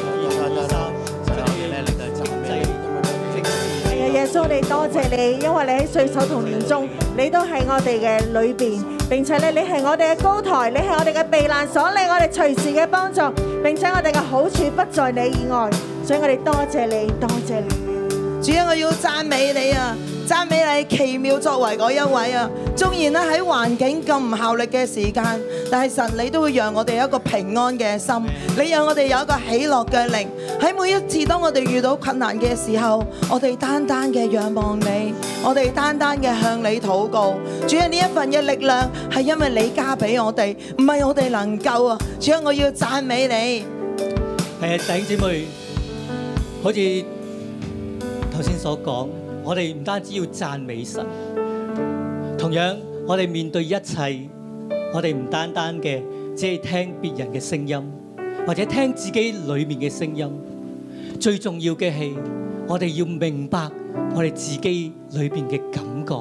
S6: 係啊，耶穌，你多謝你，因為你喺歲首同年中，你都喺我哋嘅裏邊，並且咧，你係我哋嘅高台，你係我哋嘅避難所，你係我哋隨時嘅幫助，並且我哋嘅好處不在你以外，所以我哋多謝你，多謝你。
S5: 主啊，我要讚美你啊！讚美你奇妙作為嗰一位啊！縱然咧喺環境咁唔效力嘅時間，但係神你都會讓我哋有一個平安嘅心，你讓我哋有一個喜樂嘅靈。喺每一次當我哋遇到困難嘅時候，我哋單單嘅仰望你，我哋單單嘅向你禱告。主啊，呢一份嘅力量係因為你加俾我哋，唔係我哋能夠啊！主啊，我要讚美你。
S7: 係啊，弟兄姊妹，好似頭先所講，我哋唔單止要讚美神，同樣我哋面對一切，我哋唔單單嘅只係聽別人嘅聲音，或者聽自己裡面嘅聲音。最重要嘅係，我哋要明白我哋自己裏邊嘅感覺，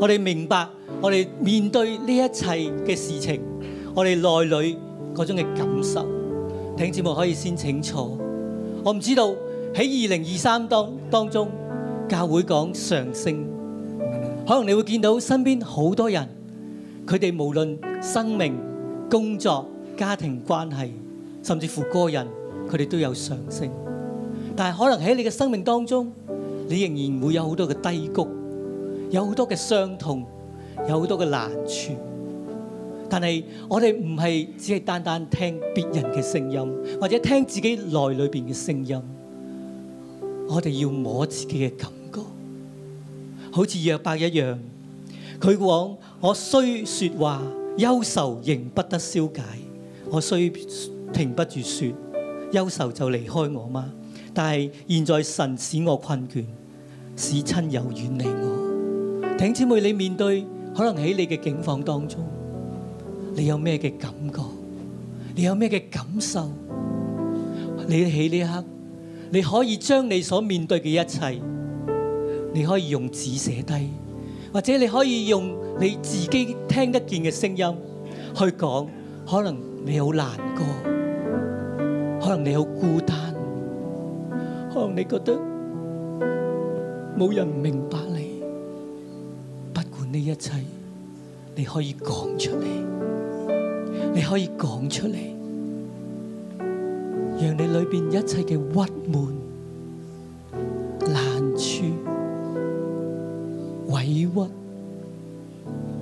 S7: 我哋明白我哋面對呢一切嘅事情，我哋內裏嗰種嘅感受。弟兄姊妹可以先請坐。我唔知道喺二零二三當當中，教會講上升，可能你會見到身邊好多人，佢哋無論生命、工作、家庭關係，甚至乎個人，佢哋都有上升。但係可能喺你嘅生命當中，你仍然會有好多嘅低谷，有好多嘅傷痛，有好多嘅難處。但係我哋唔係只係單單聽別人嘅聲音，或者聽自己內裏邊嘅聲音，我哋要摸自己嘅感覺，好似約伯一樣。佢講：我雖説話，憂愁仍不得消解；我雖停不住説，憂愁就離開我嗎？但係現在神使我困倦，使親友遠離我。弟兄姊妹，你面對可能喺你嘅境況當中。你有咩嘅感覺？你有咩嘅感受？你喺呢一刻，你可以將你所面對嘅一切，你可以用紙寫低，或者你可以用你自己聽得見嘅聲音去講。可能你好難過，可能你好孤單，可能你覺得冇人明白你。不管呢一切，你可以講出嚟。你可以講出嚟，讓你裏邊一切嘅鬱悶、難處、委屈、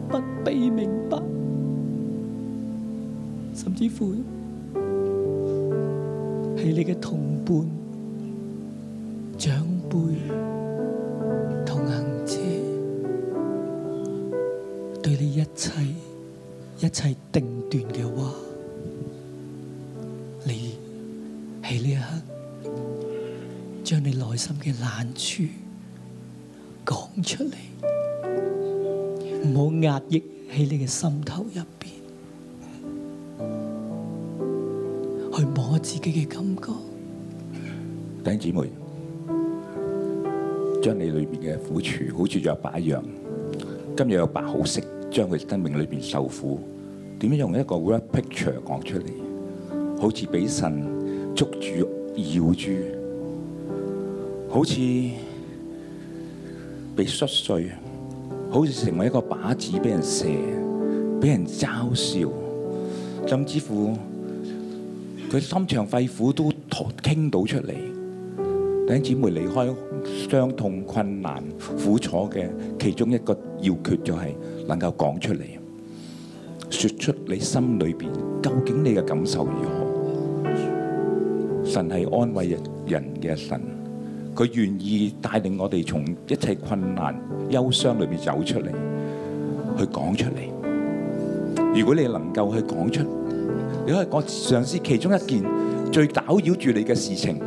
S7: 不被明白，甚至乎係你嘅同伴、長輩、同行者對你一切。一切定斷嘅話，你喺呢一刻將你內心嘅難處講出嚟，唔好壓抑喺你嘅心頭入邊，去摸自己嘅感覺。
S4: 弟兄姊妹，將你裏邊嘅苦處，好似約伯一樣。今日約伯好識將佢生命裏邊受苦，點樣用一個 word picture 講出嚟，好似俾神捉住搖住，好似被摔碎，好似成為一個靶子俾人射，俾人嘲笑，甚至乎佢心腸肺腑都傾到出嚟。弟兄姊妹離開傷痛、困難、苦楚嘅其中一個要訣就係能夠講出嚟，説出你心裏邊究竟你嘅感受如何。神係安慰人嘅神，佢願意帶領我哋從一切困難、憂傷裏邊走出嚟，去講出嚟。如果你能夠去講出，你可以講嘗試其中一件最攪擾住你嘅事情。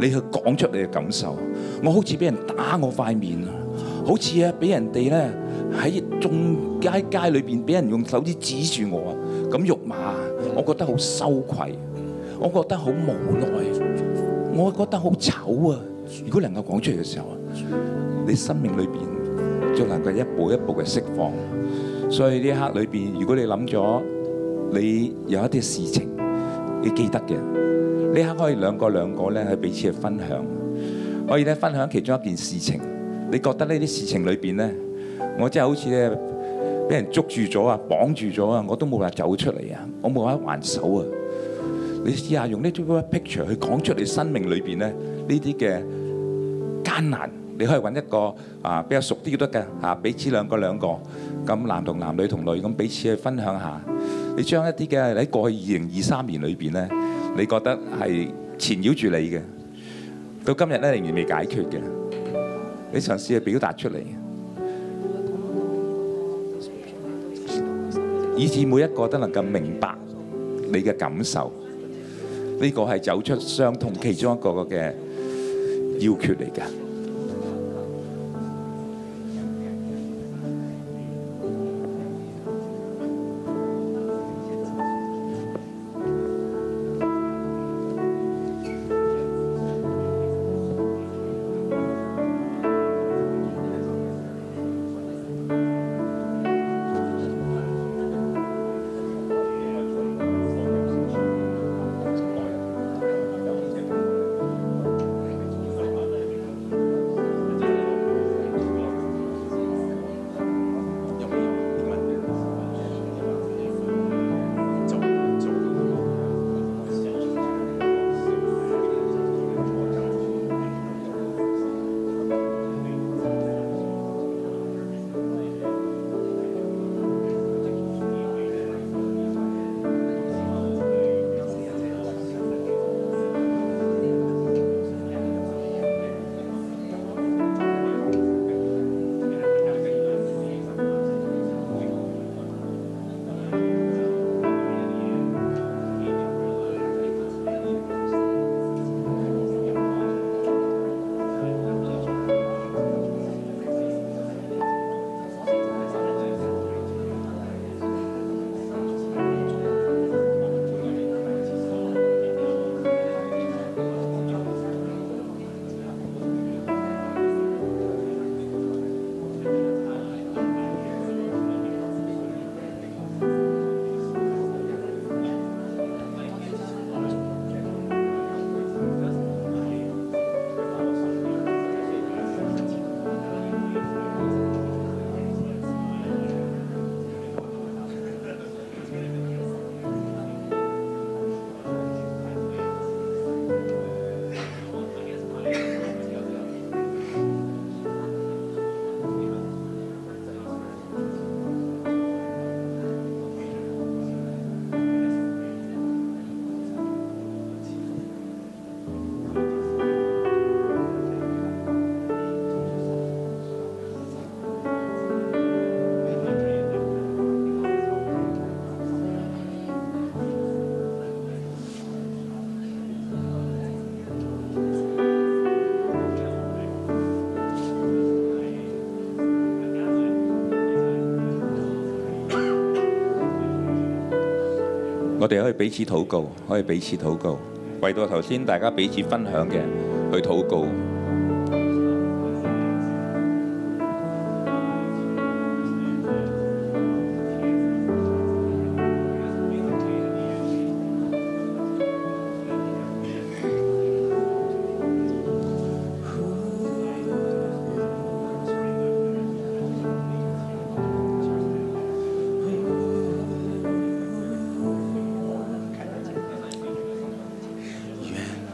S4: 你去講出你嘅感受。我好似俾人打我塊面啊，好似啊俾人哋咧喺眾街街裏邊俾人用手指指住我啊，咁辱罵啊，我覺得好羞愧，我覺得好無奈，我覺得好醜啊！如果能夠講出嚟嘅時候啊，你生命裏邊就能夠一步一步嘅釋放。所以呢一刻裏邊，如果你諗咗你有一啲事情，你記得嘅。呢刻可以兩個兩個咧去彼此去分享，可以咧分享其中一件事情。你覺得呢啲事情裏邊咧，我真係好似咧俾人捉住咗啊，綁住咗啊，我都冇話走出嚟啊，我冇話還手啊。你試下用呢啲 picture 去講出你生命裏邊咧呢啲嘅艱難，你可以揾一個啊比較熟啲都得嘅嚇，彼此兩個兩個咁男同男女同女咁彼此去分享下。你將一啲嘅喺過去二零二三年裏邊咧，你覺得係纏繞住你嘅，到今日咧仍然未解決嘅，你嘗試去表達出嚟，以至每一個都能夠明白你嘅感受。呢個係走出傷痛其中一個嘅要訣嚟㗎。
S8: 我哋可以彼此禱告，可以彼此禱告，為到頭先大家彼此分享嘅去禱告。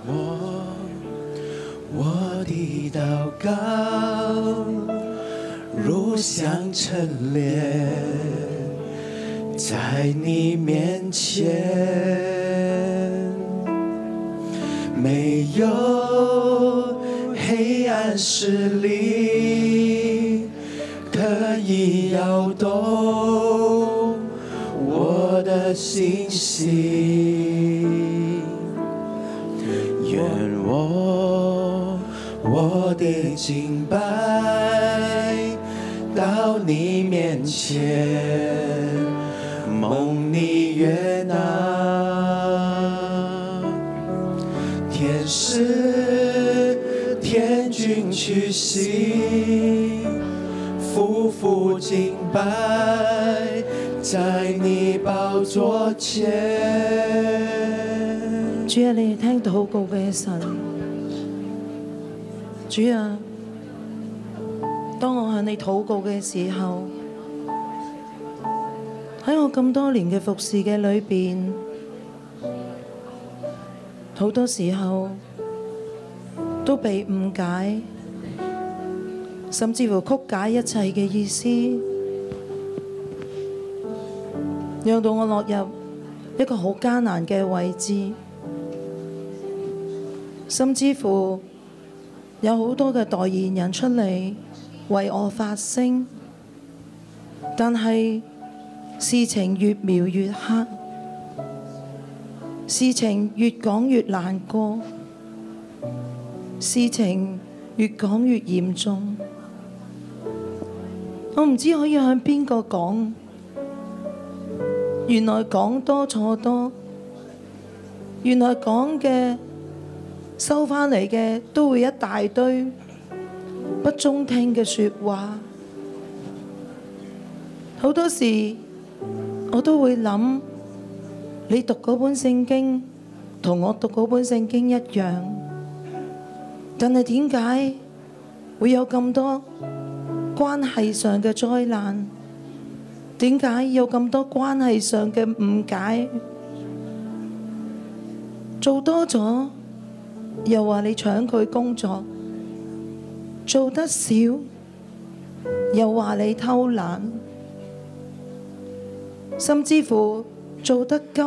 S4: 我我的祷告如香陈列在你面前，没有黑暗势力可以摇动我的信心。愿我我的敬拜到你面前，蒙你悦纳。天使天君屈膝，夫妇敬拜在你宝座前。
S5: 主啊，你係聽禱告嘅神。主啊，當我向你禱告嘅時候，喺我咁多年嘅服侍嘅裏邊，好多時候都被誤解，甚至乎曲解一切嘅意思，讓到我落入一個好艱難嘅位置。甚至乎有好多嘅代言人出嚟為我發聲，但係事情越描越黑，事情越講越難過，事情越講越嚴重。我唔知可以向邊個講，原來講多錯多，原來講嘅。收返嚟嘅都會一大堆不中聽嘅説話。好多時我都會諗，你讀嗰本聖經同我讀嗰本聖經一樣，但係點解會有咁多關係上嘅災難？點解有咁多關係上嘅誤解？做多咗。又話你搶佢工作，做得少，又話你偷懶，甚至乎做得急，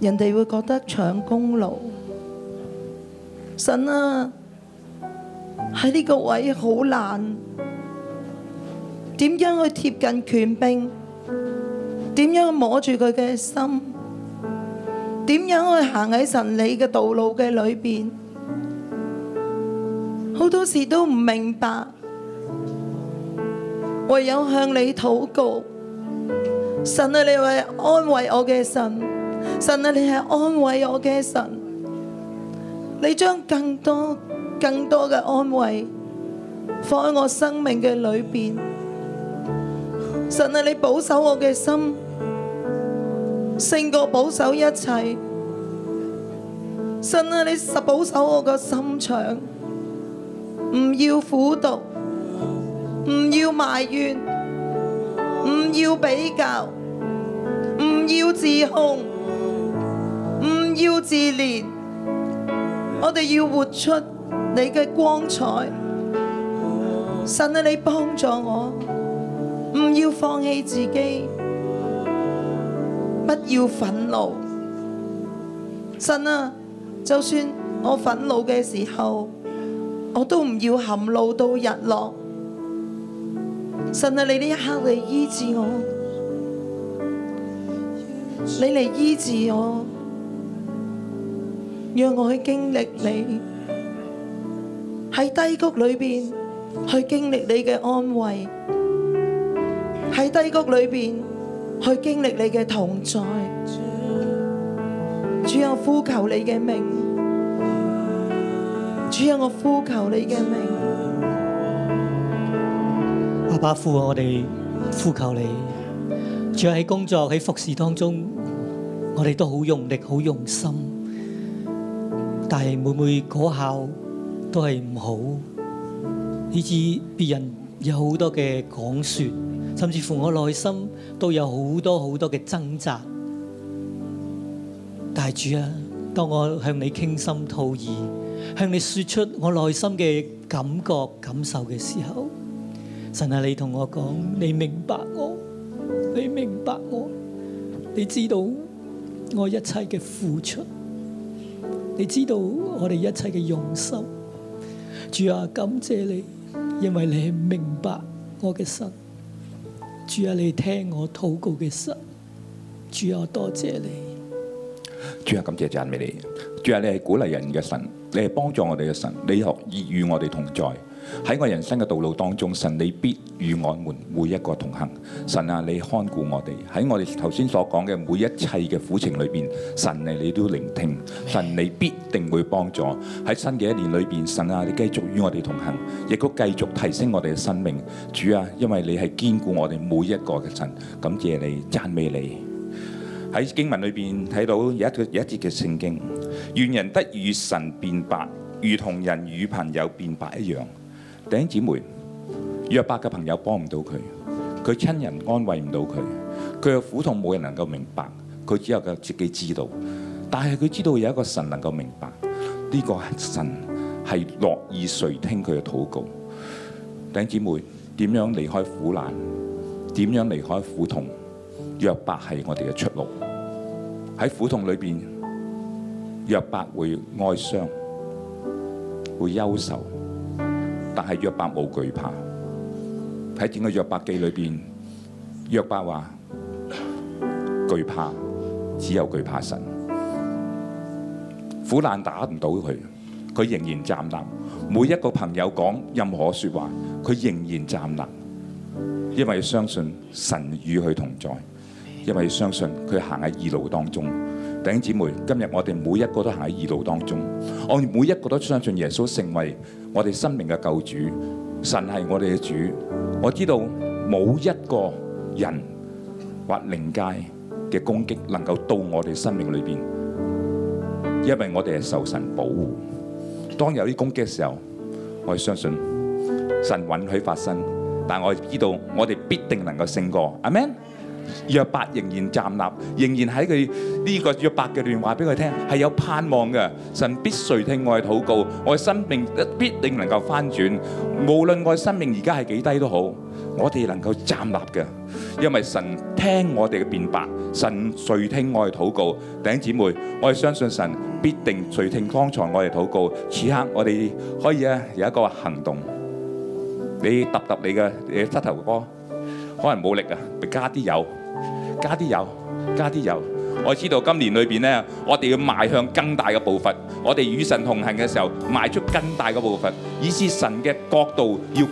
S5: 人哋會覺得搶功勞。神啊，喺呢個位好難，點樣去貼近權柄？點樣摸住佢嘅心？點樣去行喺神理嘅道路嘅裏邊，好多時都唔明白，唯有向你禱告。神啊，你係安慰我嘅神，神啊，你係安慰我嘅神，你將更多更多嘅安慰放喺我生命嘅裏邊。神啊，你保守我嘅心。勝過保守一切。神啊，你實保守我個心腸，唔要苦毒，唔要埋怨，唔要比較，唔要自控，唔要自憐。我哋要活出你嘅光彩。神啊，你幫助我，唔要放棄自己。不要憤怒。神啊，就算我憤怒嘅時候，我都唔要含怒到日落。神啊，你呢一刻嚟醫治我，你嚟醫治我，讓我去經歷你喺低谷裏邊去經歷你嘅安慰，喺低谷裏邊。去經歷你嘅同在。主啊，我呼求你嘅名。主啊，我呼求你嘅名。
S7: 阿爸父，我哋呼求你，主要喺工作喺服侍當中，我哋都好用力、好用心，但係每每果效都係唔好，以致別人有好多嘅講說，甚至乎我內心都有好多好多嘅掙扎。但係主啊，當我向你傾心吐意，向你說出我內心嘅感覺感受嘅時候，神啊，你同我講，你明白我，你明白我，你知道我一切嘅付出，你知道我哋一切嘅用心。主啊，感謝你，因為你係明白我嘅神。主啊，你聽我禱告嘅神。主啊，多謝你。
S8: 主啊，感謝讚美你。主啊，你係鼓勵人嘅神，你係幫助我哋嘅神，你樂意與我哋同在。喺我人生嘅道路當中，神你必與我們每一個同行。神啊，你看顧我哋喺我哋頭先所講嘅每一切嘅苦情裏邊，神啊，你都聆聽，神你必定會幫助。喺新嘅一年裏邊，神啊，你繼續與我哋同行，亦都繼續提升我哋嘅生命。主啊，因為你係堅固我哋每一個嘅神，感謝你，讚美你。喺經文裏邊睇到有一個有一節嘅聖經，願人得與神變白，如同人與朋友變白一樣。弟兄姊妹，約伯嘅朋友幫唔到佢，佢親人安慰唔到佢，佢嘅苦痛冇人能夠明白，佢只有佢自己知道。但係佢知道有一個神能夠明白，呢、個神係樂意垂聽佢嘅禱告。弟兄姊妹，點樣離開苦難？點樣離開苦痛？約伯係我哋嘅出路。喺苦痛裏邊，約伯會哀傷，會憂愁，但係約伯冇懼怕。喺整個約伯記裏邊，約伯話：懼怕，只有懼怕神。苦難打唔到佢，佢仍然站立。每一個朋友講任何説話，佢仍然站立。因為相信神與佢同在，因為相信佢行喺義路當中。弟兄姊妹，今日我哋每一個都行喺義路當中，我哋每一個都相信耶穌成為我哋生命嘅救主，神係我哋嘅主。我知道冇一個人或靈界嘅攻擊能夠到我哋生命裏邊，因為我哋係受神保護。當有啲攻擊嘅時候，我哋相信神允許發生，但我知道我哋必定能夠勝過。阿 Man，約伯仍然站立，仍然喺佢呢個約伯嘅段話俾佢聽，係有盼望嘅。神必垂聽我嘅禱告，我嘅生命必定能夠翻轉。無論我嘅生命而家係幾低都好，我哋能夠站立嘅，因為神聽我哋嘅辯白，神垂聽我嘅禱告。弟兄姊妹，我哋相信神必定垂聽剛才我哋禱告。此刻我哋可以啊有一個行動。你揼揼你嘅你嘅膝頭哥，可能冇力啊，咪加啲油，加啲油，加啲油。我知道今年裏邊呢，我哋要邁向更大嘅步伐。我哋與神同行嘅時候，邁出更大嘅步伐，以致神嘅角度要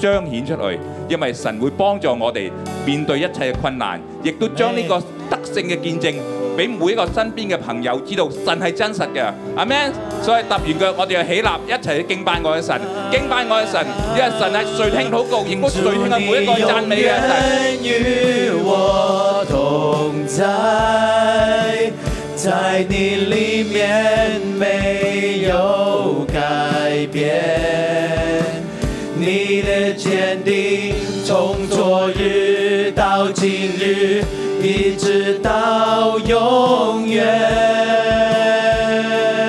S8: 彰顯出去。因為神會幫助我哋面對一切嘅困難，亦都將呢個德性嘅見證俾每一個身邊嘅朋友知道，神係真實嘅。阿 Man，所以揼完腳，我哋要起立，一齊去敬拜我嘅神，敬拜我嘅神，因為神係垂聽禱告，亦都垂聽嘅每一個讚美嘅神。
S4: 与我同在，在你里面没有改变，你的坚定从昨日到今日，一直到永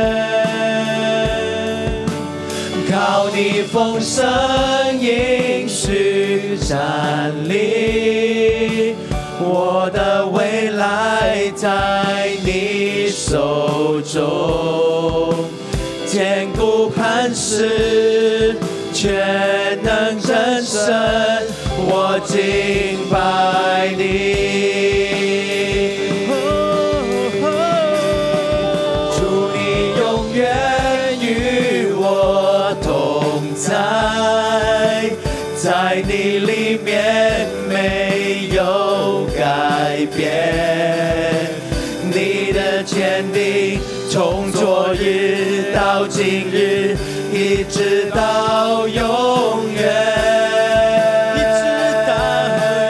S4: 远。靠你丰盛应许站立，我的未来在你手中，坚固磐石，全能真神，我敬拜你。祝你永远与我同在，在你里面没有改改变。你的坚定从昨日到今日，一直到永远。一直到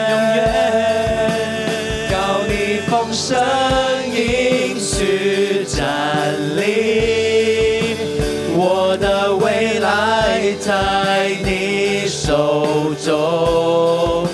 S4: 永远。告你风声应许站立，我的未来在你手中，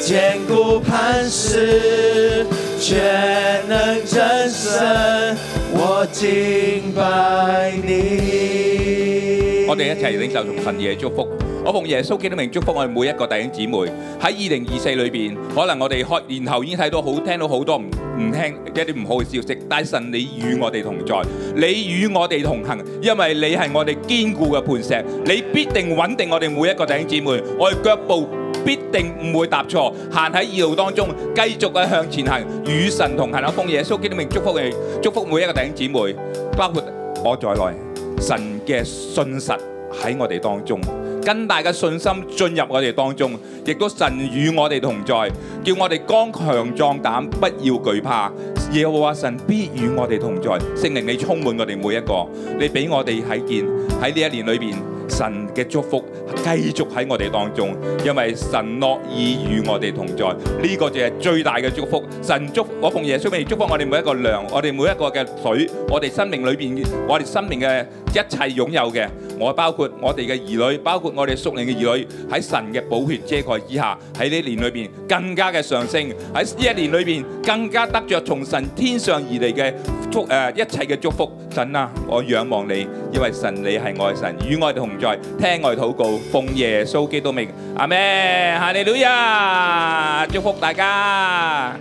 S4: 坚固磐石，全能真神，我敬拜你。
S8: 我哋一齊領受同神嘅祝福。我奉耶穌基督名祝福我哋每一個弟兄姊妹。喺二零二四裏邊，可能我哋開年後已經睇到好聽到好多唔唔聽一啲唔好嘅消息，但係神你與我哋同在，你與我哋同行，因為你係我哋堅固嘅磐石，你必定穩定我哋每一個弟兄姊妹，我哋腳步。必定唔會踏錯，行喺二路當中，繼續嘅向前行，與神同行。我奉耶穌基督名祝福你，祝福每一個弟兄姊妹，包括我在內。神嘅信實喺我哋當中，更大嘅信心進入我哋當中，亦都神與我哋同在，叫我哋剛強壯膽，不要懼怕。耶和華神必與我哋同在，聖靈你充滿我哋每一個，你俾我哋睇見喺呢一年裏邊，神嘅祝福繼續喺我哋當中，因為神樂意與我哋同在，呢、個就係最大嘅祝福。神祝我奉耶穌名祝福我哋每一個糧，我哋每一個嘅水，我哋生命裏邊，我哋生命嘅一切擁有嘅，我包括我哋嘅兒女，包括我哋屬靈嘅兒女，喺神嘅寶血遮蓋之下，喺呢年裏邊更加嘅上升，喺呢一年裏邊更加得着從神天上而嚟嘅祝誒、呃一切嘅祝福。神啊，我仰望你，因為神你係我嘅神，與我哋同在，聽我哋禱告，奉耶穌基督名，阿咩？哈利路亞，祝福大家。